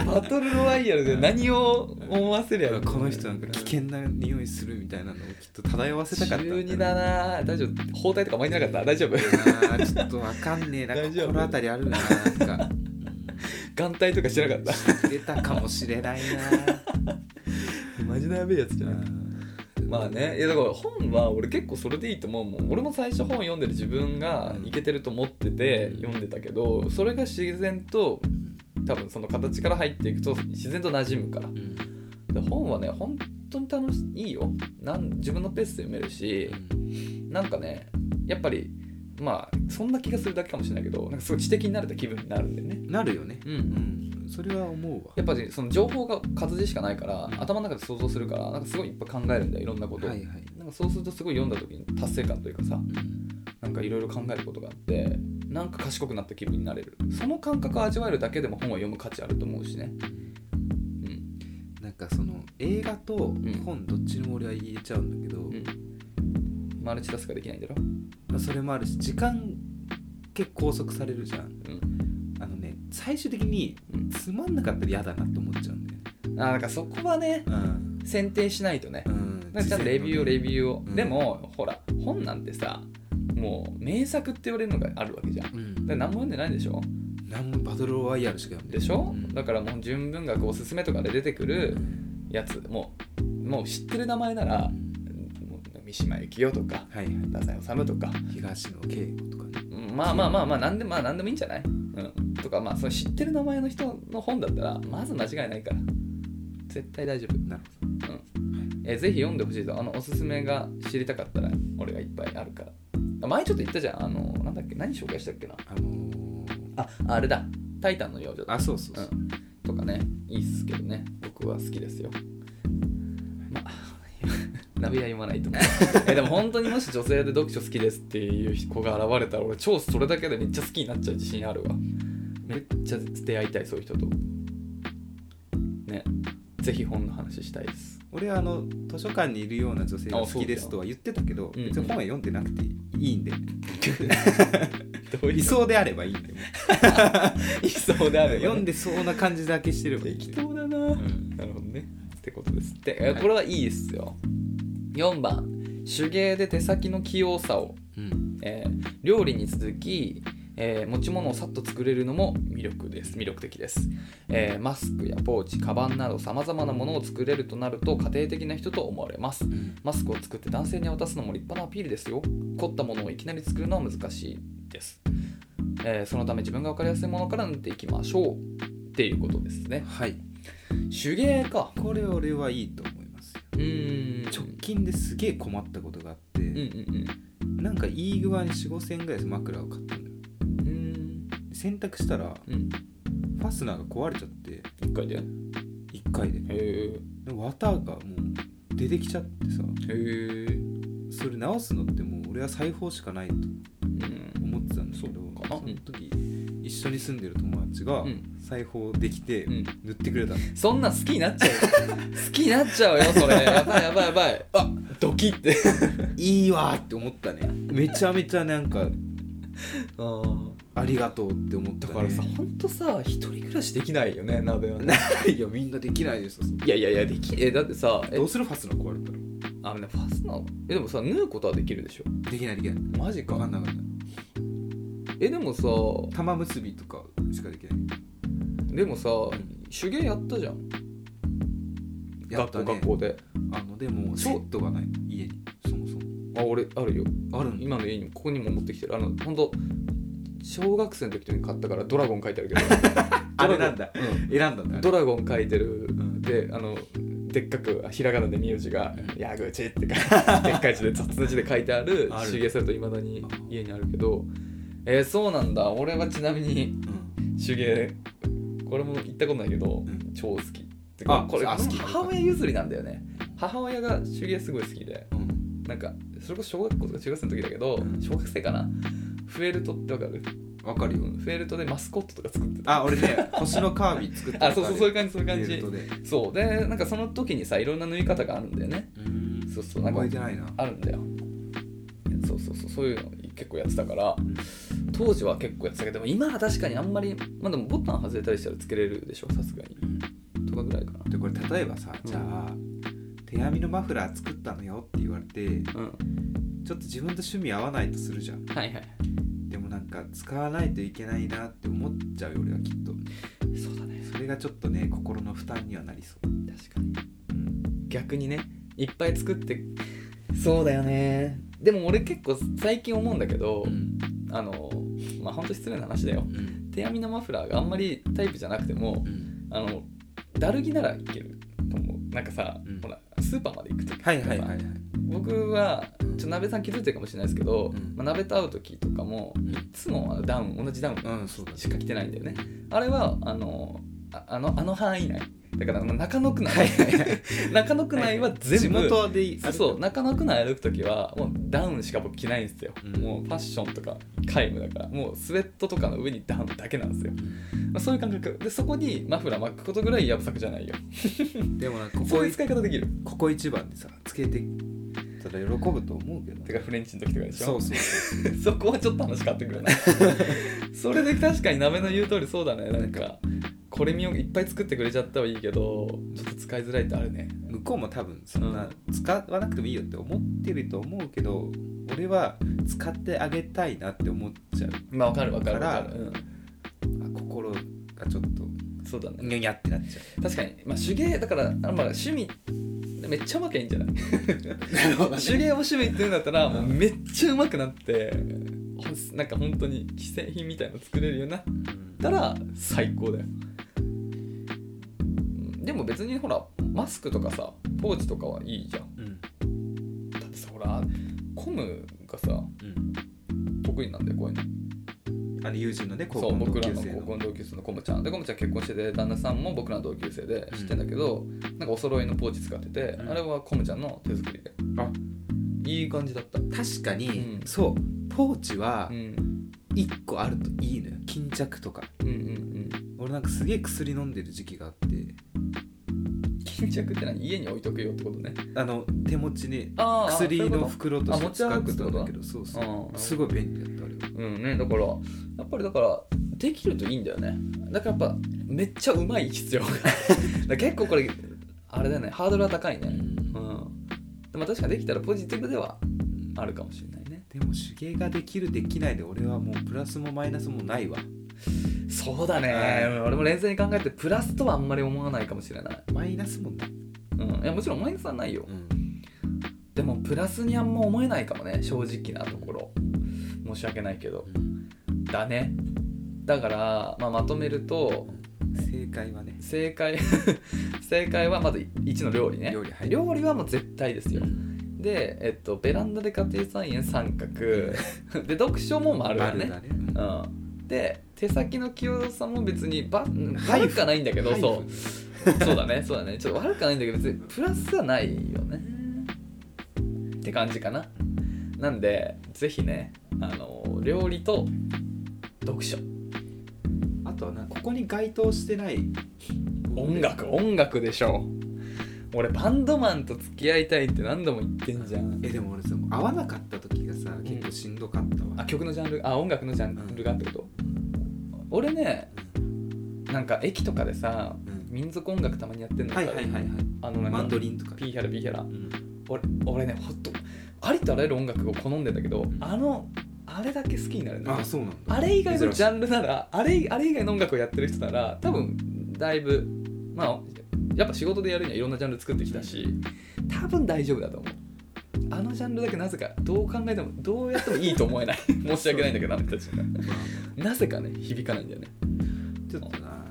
Speaker 2: バトルロワイヤルで何を思わせるやろ
Speaker 1: この人なんか危険な匂いするみたいなのをきっと漂わせたかったん
Speaker 2: 中
Speaker 1: だ
Speaker 2: 二
Speaker 1: な
Speaker 2: だな大丈夫包帯とか巻いてなかった大丈夫
Speaker 1: あーちょっとわかんねえな
Speaker 2: 大丈夫
Speaker 1: 心当たりあるななんか
Speaker 2: 眼帯とかしてなかった
Speaker 1: 出たかもしれない
Speaker 2: マジでやべえやつじ
Speaker 1: な
Speaker 2: まあねいやだから本は俺結構それでいいと思うもん俺も最初本読んでる自分がいけてると思ってて
Speaker 1: うん
Speaker 2: 読んでたけどそれが自然と多分その形から入っていくと自然と馴染むから
Speaker 1: うん
Speaker 2: で本はね本当に楽しいいいよなん自分のペースで読めるしなんかねやっぱりまあそんな気がするだけかもしれないけどなんかすごい知的になれた気分になるんでね
Speaker 1: なるよね
Speaker 2: うん
Speaker 1: うんそれは思うわ
Speaker 2: やっぱりその情報が活字しかないから
Speaker 1: うん
Speaker 2: 頭の中で想像するからなんかすごいいっぱい考えるんだよいろんなことを、
Speaker 1: はいはい
Speaker 2: なんかそうするとすごい読んだ時に達成感というかさなんかいろいろ考えることがあってなんか賢くなった気分になれるその感覚を味わえるだけでも本を読む価値あると思うしねうん
Speaker 1: なんかその映画と本どっちにも俺は言えちゃうんだけど、
Speaker 2: うんマルチタスクができないんだろ
Speaker 1: まあそれもあるし時間結構拘束されるじゃん
Speaker 2: うん
Speaker 1: あのね最終的に
Speaker 2: うん
Speaker 1: つまんなかったら嫌だなって思っちゃうんだよね
Speaker 2: あなんかそこはね
Speaker 1: うん
Speaker 2: 選定しないとね
Speaker 1: うん
Speaker 2: なんかちゃんとレビューをレビューを、
Speaker 1: うん
Speaker 2: でもほら本なんてさもう名作って言われるのがあるわけじゃんだ
Speaker 1: う
Speaker 2: か
Speaker 1: ん
Speaker 2: ら何も読んでないでしょ
Speaker 1: 何もバトルロワイヤルしか読んで
Speaker 2: でしょ、
Speaker 1: うん
Speaker 2: だからもう純文学おすすめとかで出てくるやつもうもう知ってる名前ならもう三島由紀夫とか
Speaker 1: はいはい
Speaker 2: 太宰治とか
Speaker 1: 東野圭吾とかね
Speaker 2: うんまあまあまあまあ何で,、まあ、何でもいいんじゃない、うん、とかまあその知ってる名前の人の本だったらまず間違いないから絶対大丈夫、
Speaker 1: なる
Speaker 2: えーぜひ読んでほしいとあのおすすめが知りたかったら俺がいっぱいあるからあ前ちょっと言ったじゃんあのなんだっけ何紹介したっけな
Speaker 1: あのー
Speaker 2: ああれだ「タイタンの幼女」だ
Speaker 1: あそうそうそう、
Speaker 2: うん、とかねいいっすけどね僕は好きですよまあ ナビは読まない と思うえでも本当にもし女性で読書好きですっていう子が現れたら俺超それだけでめっちゃ好きになっちゃう自信あるわめっちゃ出会いたいそういう人とねぜひ本の話した いです
Speaker 1: 俺はあの図書館にいるような女性が好きですとは言ってたけど別
Speaker 2: そうだよ
Speaker 1: に本は読んでなくていいんで、
Speaker 2: どう
Speaker 1: 理想であればいいんだよ
Speaker 2: いそうであればね
Speaker 1: 読んでそうな感じだけしてればいいんだ
Speaker 2: 適
Speaker 1: よ
Speaker 2: 当だな、
Speaker 1: ん
Speaker 2: なるほどねってことですって、え
Speaker 1: はい
Speaker 2: これはいいですよ4番手芸で手先の器用さを
Speaker 1: うん
Speaker 2: えー料理に続き、えー持ち物をさっと作れるのも魅力です魅力的です、えーマスクやポーチカバンなどさまざまなものを作れるとなると家庭的な人と思われますマスクを作って男性に渡すのも立派なアピールですよ凝ったものをいきなり作るのは難しいです、えーそのため自分が分かりやすいものから塗っていきましょうっていうことですね
Speaker 1: はい
Speaker 2: 手芸か
Speaker 1: これ俺はいいと思いますよ
Speaker 2: うーん
Speaker 1: 直近ですげえ困ったことがあって、
Speaker 2: うんうん
Speaker 1: なんかいい具合に4 5千円ぐらいで枕を買ったのよ
Speaker 2: うんうーん
Speaker 1: 洗濯したら
Speaker 2: うん
Speaker 1: ファスナーが壊れちゃって
Speaker 2: 一回でへ
Speaker 1: 1回で
Speaker 2: え
Speaker 1: で綿がもう出てきちゃってさ
Speaker 2: へえ
Speaker 1: それ直すのってもう俺は裁縫しかないと
Speaker 2: うん
Speaker 1: 思ってたんだけど
Speaker 2: そうかな
Speaker 1: の時一緒に住んでる友達が
Speaker 2: うん
Speaker 1: 裁縫できて
Speaker 2: うん
Speaker 1: 塗ってくれたの、
Speaker 2: そんなん好きになっちゃうよ好きになっちゃうよそれやばいやばいやばいあドキって
Speaker 1: いいわーって思った ねめちゃめちゃなんかありがとうって思った、
Speaker 2: だ
Speaker 1: ね、
Speaker 2: からさほんとさ一人暮らしできないよね鍋はね
Speaker 1: いやみんなできないですよ
Speaker 2: いやいやいやできえだってさえ
Speaker 1: どうするファスナー壊れたら
Speaker 2: あのねファスナーえでもさ縫うことはできるでしょ
Speaker 1: できないできない
Speaker 2: マジ
Speaker 1: 分かんなかった
Speaker 2: えでもさ
Speaker 1: 玉結びとかしかできない
Speaker 2: でもさ手芸やったじゃん、
Speaker 1: やっ
Speaker 2: 学
Speaker 1: た
Speaker 2: 校
Speaker 1: ね
Speaker 2: 学校で
Speaker 1: あのでも
Speaker 2: そ
Speaker 1: セ
Speaker 2: う
Speaker 1: ットがない家にそもそも
Speaker 2: あ俺あるよ
Speaker 1: あるんだ
Speaker 2: 今の家にもここにも持ってきてるあのほんと小学生の時とかに買ったからドラゴン書いて あるけど
Speaker 1: あれなんだ
Speaker 2: うん
Speaker 1: 選んだんだあれ
Speaker 2: ドラゴン書いてる、
Speaker 1: ん
Speaker 2: であのでっかくひらがなで名字が
Speaker 1: うん
Speaker 2: 「矢口」って書いてでっかい字で雑な字で書いてある
Speaker 1: ある
Speaker 2: 手芸するといまだに家にあるけどえー、そうなんだ俺はちなみに
Speaker 1: うん
Speaker 2: 手芸これも言ったことないけど、
Speaker 1: ん
Speaker 2: 超好きて
Speaker 1: あ
Speaker 2: これ
Speaker 1: あ好き
Speaker 2: 母親譲りなんだよね母親が手芸すごい好きでなんかそれこそ小学校とか中学生の時だけど、
Speaker 1: うん
Speaker 2: 小学生かなフェルトってわかる
Speaker 1: わかるよ
Speaker 2: フェルトでマスコットとか作ってた
Speaker 1: あ俺 ね星のカービィ作って
Speaker 2: あそうそうそういう感じそういう
Speaker 1: う
Speaker 2: 感
Speaker 1: ベルト
Speaker 2: じ
Speaker 1: で
Speaker 2: そうでなんかその時にさいろんな縫い方があるんだよね
Speaker 1: うん
Speaker 2: そうそうなんか
Speaker 1: 覚えてないな
Speaker 2: あるんだよそうそうそうそういうの結構やってたから当時は結構やってたけどでも今は確かにあんまりまあでもボタン外れたりしたらつけれるでしょさすがにとかぐらいかな
Speaker 1: でこれ例えばさ
Speaker 2: うん
Speaker 1: じゃあ手編みのマフラー作ったのよって言われてちょ
Speaker 2: うん
Speaker 1: っと自分と趣味合わないとするじゃん
Speaker 2: はいはい
Speaker 1: でもなんか使わないといけないなって思っちゃうよ俺はきっと
Speaker 2: そうだね
Speaker 1: それがちょっとね心の負担にはなりそう、
Speaker 2: 確かに
Speaker 1: うん、
Speaker 2: 逆にねいっぱい作ってそうだよねでも俺結構最近思うんだけど、
Speaker 1: うん
Speaker 2: あのまあ本当失礼な話だよ
Speaker 1: うん
Speaker 2: 手編みのマフラーがあんまりタイプじゃなくても
Speaker 1: うん
Speaker 2: あのだるぎならいけると思うなんかさ、
Speaker 1: うん
Speaker 2: ほらスーパーまで行く時とか
Speaker 1: はいはいはいはい
Speaker 2: 僕はちょっと鍋さん気づいてるかもしれないですけど、
Speaker 1: うん
Speaker 2: まあ、鍋と会う時とかも
Speaker 1: ん
Speaker 2: いつもダウン同じダウン
Speaker 1: うんそうだね
Speaker 2: しか着てないんだよね、あれはあのああのあの範囲内だからあの中野区内 中野区内は全部
Speaker 1: 地元でいい
Speaker 2: そうそう中野区内歩く時はもうダウンしか僕着ないんですよ、
Speaker 1: うん
Speaker 2: もうファッションとか皆無だからもうスウェットとかの上にダウンだけなんですよ、
Speaker 1: う
Speaker 2: まあ、そういう感覚でそこにマフラー巻くことぐらいやぶさくじゃないよ
Speaker 1: んでもなんかこ
Speaker 2: そう
Speaker 1: こ
Speaker 2: いう
Speaker 1: い
Speaker 2: 使い方できる
Speaker 1: ここ一番でさつけてたら喜ぶと思うけど
Speaker 2: てかフレンチの時とかでしょ
Speaker 1: そうそうそ
Speaker 2: そこはちょっと話変わってく るなそれで確かに鍋の言う通りそうだねなんかこれみをいっぱい作ってくれちゃったはいいけどちょっと使いづらいってあるね
Speaker 1: う向こうも多分そんな
Speaker 2: う
Speaker 1: 使わなくてもいいよって思ってると思うけど俺は使ってあげたいなって思っちゃう
Speaker 2: まあわかるわかるわか
Speaker 1: だ
Speaker 2: る、
Speaker 1: あ心がちょっと
Speaker 2: うん、そうだね
Speaker 1: にゃにゃってなっちゃ
Speaker 2: 確かにまあ手芸だからあまあ趣味めっちゃうまきゃいいんじゃないう
Speaker 1: なるほど
Speaker 2: 手芸を趣味って言うんだったら
Speaker 1: うん
Speaker 2: もうめっちゃうまくなってほんなんか本当に既製品みたいなの作れるようになったら最高だようんでも別にほらマスクとかさポーチとかはいいじゃん
Speaker 1: うん
Speaker 2: だってさほらコムがさ
Speaker 1: うん
Speaker 2: 得意なんだよこういうの
Speaker 1: あの友人のね高
Speaker 2: そ
Speaker 1: 校
Speaker 2: う
Speaker 1: の
Speaker 2: 僕
Speaker 1: 同
Speaker 2: ら
Speaker 1: 級
Speaker 2: の
Speaker 1: 生
Speaker 2: 高
Speaker 1: の
Speaker 2: 校の同級生のコムちゃんでコムちゃん結婚してて旦那さんも僕らの同級生で
Speaker 1: うん
Speaker 2: 知ってんだけど、なんかお揃いのポーチ使ってて、
Speaker 1: うん
Speaker 2: あれはコムちゃんの手作りで
Speaker 1: あ
Speaker 2: いい感じだった
Speaker 1: 確かに、
Speaker 2: うん
Speaker 1: そうポーチは
Speaker 2: うん
Speaker 1: 1個あるといいのよ巾着とか
Speaker 2: うんうん
Speaker 1: 俺なんかすげえ薬飲んでる時期があって
Speaker 2: うん巾着って何家に置いとくよってことね
Speaker 1: あの手持ちに
Speaker 2: あ
Speaker 1: 薬の袋として
Speaker 2: あそうい
Speaker 1: 使
Speaker 2: う
Speaker 1: っ
Speaker 2: こと
Speaker 1: てたん
Speaker 2: あ持ち歩くってこと
Speaker 1: だけどそうそう
Speaker 2: うん
Speaker 1: すごい便利だったあれは
Speaker 2: うんねだからやっぱりだからできるといいんだよねだからやっぱめっちゃうまい必 要がだから結構これあれだよねハードルは高いねうんでも確かにできたらポジティブではあるかもしれないね
Speaker 1: でも手芸ができるできないで俺はもうプラスもマイナスもないわ
Speaker 2: そうだね、
Speaker 1: はい
Speaker 2: 俺も冷静に考えてプラスとはあんまり思わないかもしれない,、
Speaker 1: マイナスもない、
Speaker 2: うん、いやもちろんマイナスはないよでもプラスにあんま思えないかもね正直なところ申し訳ないけどだねだから、まあ、まとめると
Speaker 1: 正解はね
Speaker 2: 正解 正解はまず1の料理ね
Speaker 1: 料理はい
Speaker 2: 料理はもう絶対ですよ
Speaker 1: うん
Speaker 2: で、えっと、ベランダで家庭菜園三角で読書も丸だね
Speaker 1: 丸だねうん
Speaker 2: うん、で手先の器用さも別にば
Speaker 1: 配布
Speaker 2: 悪くはないんだけど
Speaker 1: 配布
Speaker 2: そうそうだねそうだねちょっと悪くはないんだけど別にプラスはないよねって感じかななんでぜひねあの料理と読書
Speaker 1: あとはなここに該当してない
Speaker 2: 音楽音楽でしょ俺バンドマンと付き合いたいって何度も言ってんじゃん
Speaker 1: えでも俺さ合わなかった時がさ結構しんどかったわ、
Speaker 2: あ曲のジャンルあ音楽のジャンルがってこと俺ねなんか駅とかでさ
Speaker 1: うん
Speaker 2: 民族音楽たまにやってんの
Speaker 1: はいはいはいはい
Speaker 2: あのなんか
Speaker 1: マンドリンとか、
Speaker 2: ピーヒャラピーヒャラ
Speaker 1: うん
Speaker 2: 俺俺ねほんとありとあらゆる音楽を好んでんだけどあのあれだけ好きになるね
Speaker 1: あそうなんだ
Speaker 2: あれ以外のジャンルならあれあれ以外の音楽をやってる人なら多分だいぶまあやっぱ仕事でやるにはいろんなジャンル作ってきたし多分大丈夫だと思うあのジャンルだけなぜかどう考えてもどうやってもいいと思えない 申し訳ないんだけどあの人たちが
Speaker 1: ま
Speaker 2: なぜかね響かないんだよね
Speaker 1: あちょっとな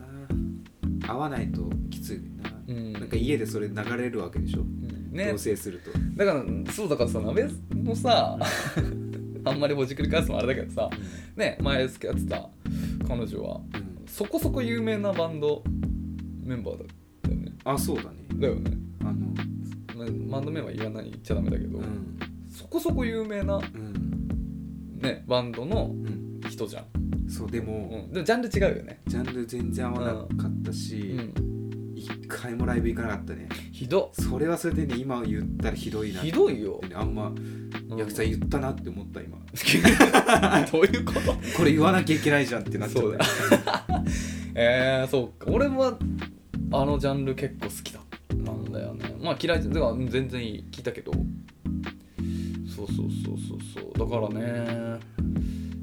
Speaker 1: 合わないときついな、
Speaker 2: うん
Speaker 1: なんか家でそれ流れるわけでしょ
Speaker 2: ね
Speaker 1: 同棲すると
Speaker 2: だからそうだからさ鍋のさあんまりほじくり返すのもあれだけどさね前付き合ってた彼女は
Speaker 1: うん
Speaker 2: そこそこ有名なバンドメンバーだったよね
Speaker 1: あそうだね
Speaker 2: だよね
Speaker 1: あの
Speaker 2: まバンドメンバー言わない言っちゃダメだけど、
Speaker 1: うん
Speaker 2: そこそこ有名な、
Speaker 1: うん
Speaker 2: ね、バンドの
Speaker 1: うん
Speaker 2: 人じゃん
Speaker 1: そうで
Speaker 2: う
Speaker 1: も、
Speaker 2: ん、でもジャンル違うよね、
Speaker 1: ジャンル全然合わなかった
Speaker 2: う
Speaker 1: し
Speaker 2: ん、
Speaker 1: 一、回もライブ行かなかったね
Speaker 2: ひど
Speaker 1: それはそれでね今言ったらひどいな
Speaker 2: ひどいよ
Speaker 1: あんま役者言ったなって思った今
Speaker 2: どういうこと
Speaker 1: これ言わなきゃいけないじゃんってなっちゃ
Speaker 2: そ
Speaker 1: っ
Speaker 2: う
Speaker 1: た
Speaker 2: だえー、そうか俺はあのジャンル結構好きだなんだよねまあ嫌いではうん全然いい聞いたけどそうそうそうそうそうだからね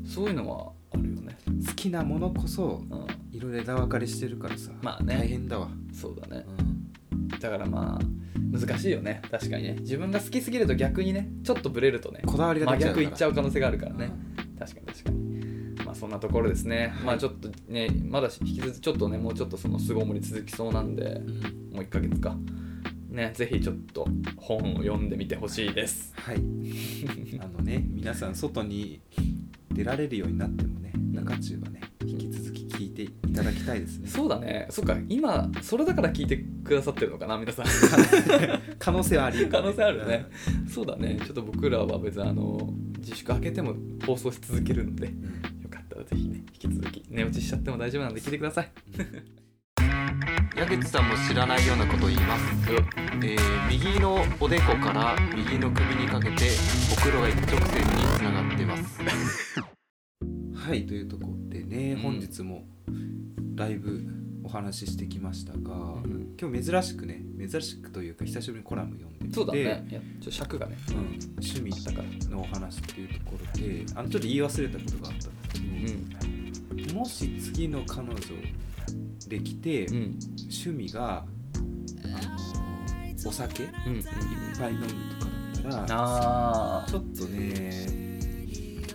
Speaker 2: そういうのはあるよね、
Speaker 1: 好きなものこそ
Speaker 2: うん、
Speaker 1: いろいろ枝分かれしてるからさ
Speaker 2: まあね
Speaker 1: 大変だわ、
Speaker 2: そうだね
Speaker 1: うん
Speaker 2: だからまあ難しいよね確かにね自分が好きすぎると逆にねちょっとブレるとね
Speaker 1: こだわりが
Speaker 2: 真
Speaker 1: 出ちゃうか
Speaker 2: 逆
Speaker 1: ら
Speaker 2: いっちゃう可能性があるから
Speaker 1: う
Speaker 2: ね、
Speaker 1: ん
Speaker 2: 確かに確かにまあそんなところですね、
Speaker 1: はい
Speaker 2: まあちょっとねまだ引き続きちょっとねもうちょっとその巣ごもり続きそうなんで
Speaker 1: うん
Speaker 2: もう1ヶ月かねぜひちょっと本を読んでみてほしいです
Speaker 1: はい あのね皆さん外に出られるようになってもね中中はね引き続き聞いていただきたいですね
Speaker 2: そうだねそっか今それだから聞いてくださってるのかな皆さん
Speaker 1: 可能性はありえる、
Speaker 2: 可能性あるねそうだねちょっと僕らは別にあの自粛明けても放送し続けるのでよ
Speaker 1: うん、うん
Speaker 2: かったらぜひね引き続き寝落ちしちゃっても大丈夫なんで聞いてください
Speaker 3: 矢口さんも知らないようなことを言います、えー右のおでこから右の首にかけてほくろが一直線につながってます
Speaker 1: はいというところでね、
Speaker 2: うん
Speaker 1: 本日もライブお話ししてきましたが、
Speaker 2: ん
Speaker 1: 今日珍しくね珍しくというか久しぶりにコラム読んでみて
Speaker 2: そうだねいやちょっと尺がね
Speaker 1: うん趣味
Speaker 2: だから
Speaker 1: のお話っていうところであのちょっと言い忘れたことがあったんです
Speaker 2: うん
Speaker 1: けどもし次の彼女できて、
Speaker 2: うん
Speaker 1: 趣味があのお酒いっ
Speaker 2: うんうん
Speaker 1: ぱい飲むとかだったら
Speaker 2: あ
Speaker 1: ちょっとね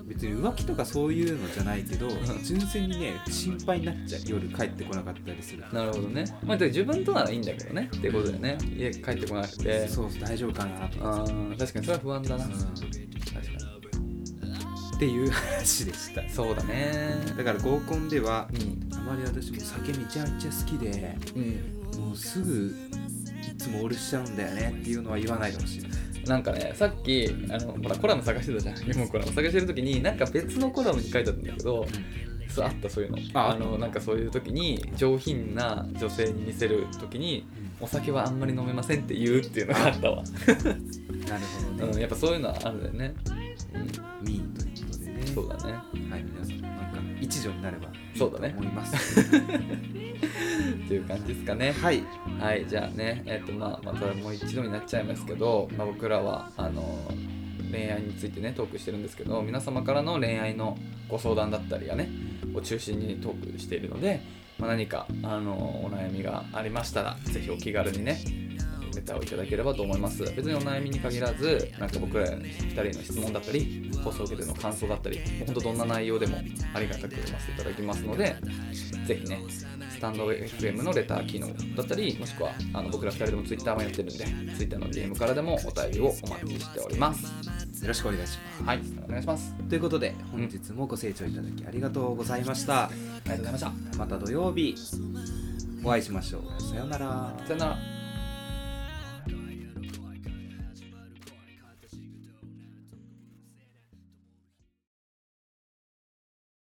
Speaker 1: 別に浮気とかそういうのじゃないけど
Speaker 2: ん
Speaker 1: 純粋にね心配になっちゃう夜帰ってこなかったりする
Speaker 2: あなるほどねまあでも自分とならいいんだけどねっていうことでね家帰ってこなくて
Speaker 1: そうそう大丈夫かなとか
Speaker 2: あー確かにそれは不安だな
Speaker 1: うん
Speaker 2: 確か
Speaker 1: っていう話でした
Speaker 2: にそうだね
Speaker 1: だから合コンでは
Speaker 2: うん
Speaker 1: あまり私も酒めちゃめちゃ好きで
Speaker 2: うん
Speaker 1: もうすぐいつもオールしちゃうんだよねっていうのは言わないでほしい
Speaker 2: なんかねさっきあのほらコラム探してたじゃん読むコラム探してる時になんか別のコラムに書いてあったんだけどそうあったそういうの
Speaker 1: あ
Speaker 2: あのなんかそういう時に上品な女性に見せる時にお酒はあんまり飲めませんって言うっていうのがあった
Speaker 1: な
Speaker 2: わ、
Speaker 1: るほど
Speaker 2: うん、
Speaker 1: ね、
Speaker 2: やっぱそういうのはあるんだよね、
Speaker 1: ミーということで
Speaker 2: うん、
Speaker 1: ね
Speaker 2: そうだね
Speaker 1: はい皆さんなんか一助になればいいと
Speaker 2: そうだね
Speaker 1: 思います、
Speaker 2: っていう感じですか ね
Speaker 1: はい
Speaker 2: はいじゃあねえっ、とまあまたもう一度になっちゃいますけど、まあ、僕らはあの恋愛についてねトークしてるんですけど皆様からの恋愛のご相談だったりがねを中心にトークしているので、まあ、何かあのお悩みがありましたらぜひお気軽にねネタをいただければと思います別にお悩みに限らずなんか僕ら2人への質問だったり放送を受けての感想だったり本当どんな内容でもありがたく読ませていただきますのでぜひねスタンド FM のレター機能だったり、もしくはあの僕ら2人でも Twitter もやってるんで、Twitter の DM からでもお便りをお待ちしております。
Speaker 1: よろしくお願いしま
Speaker 2: はい、お願いします。
Speaker 1: すということで本日もご清聴いただきありがとうございました
Speaker 2: ありがとうございまし
Speaker 1: また土曜日お会いしましょうさようなら
Speaker 2: た。さよなら。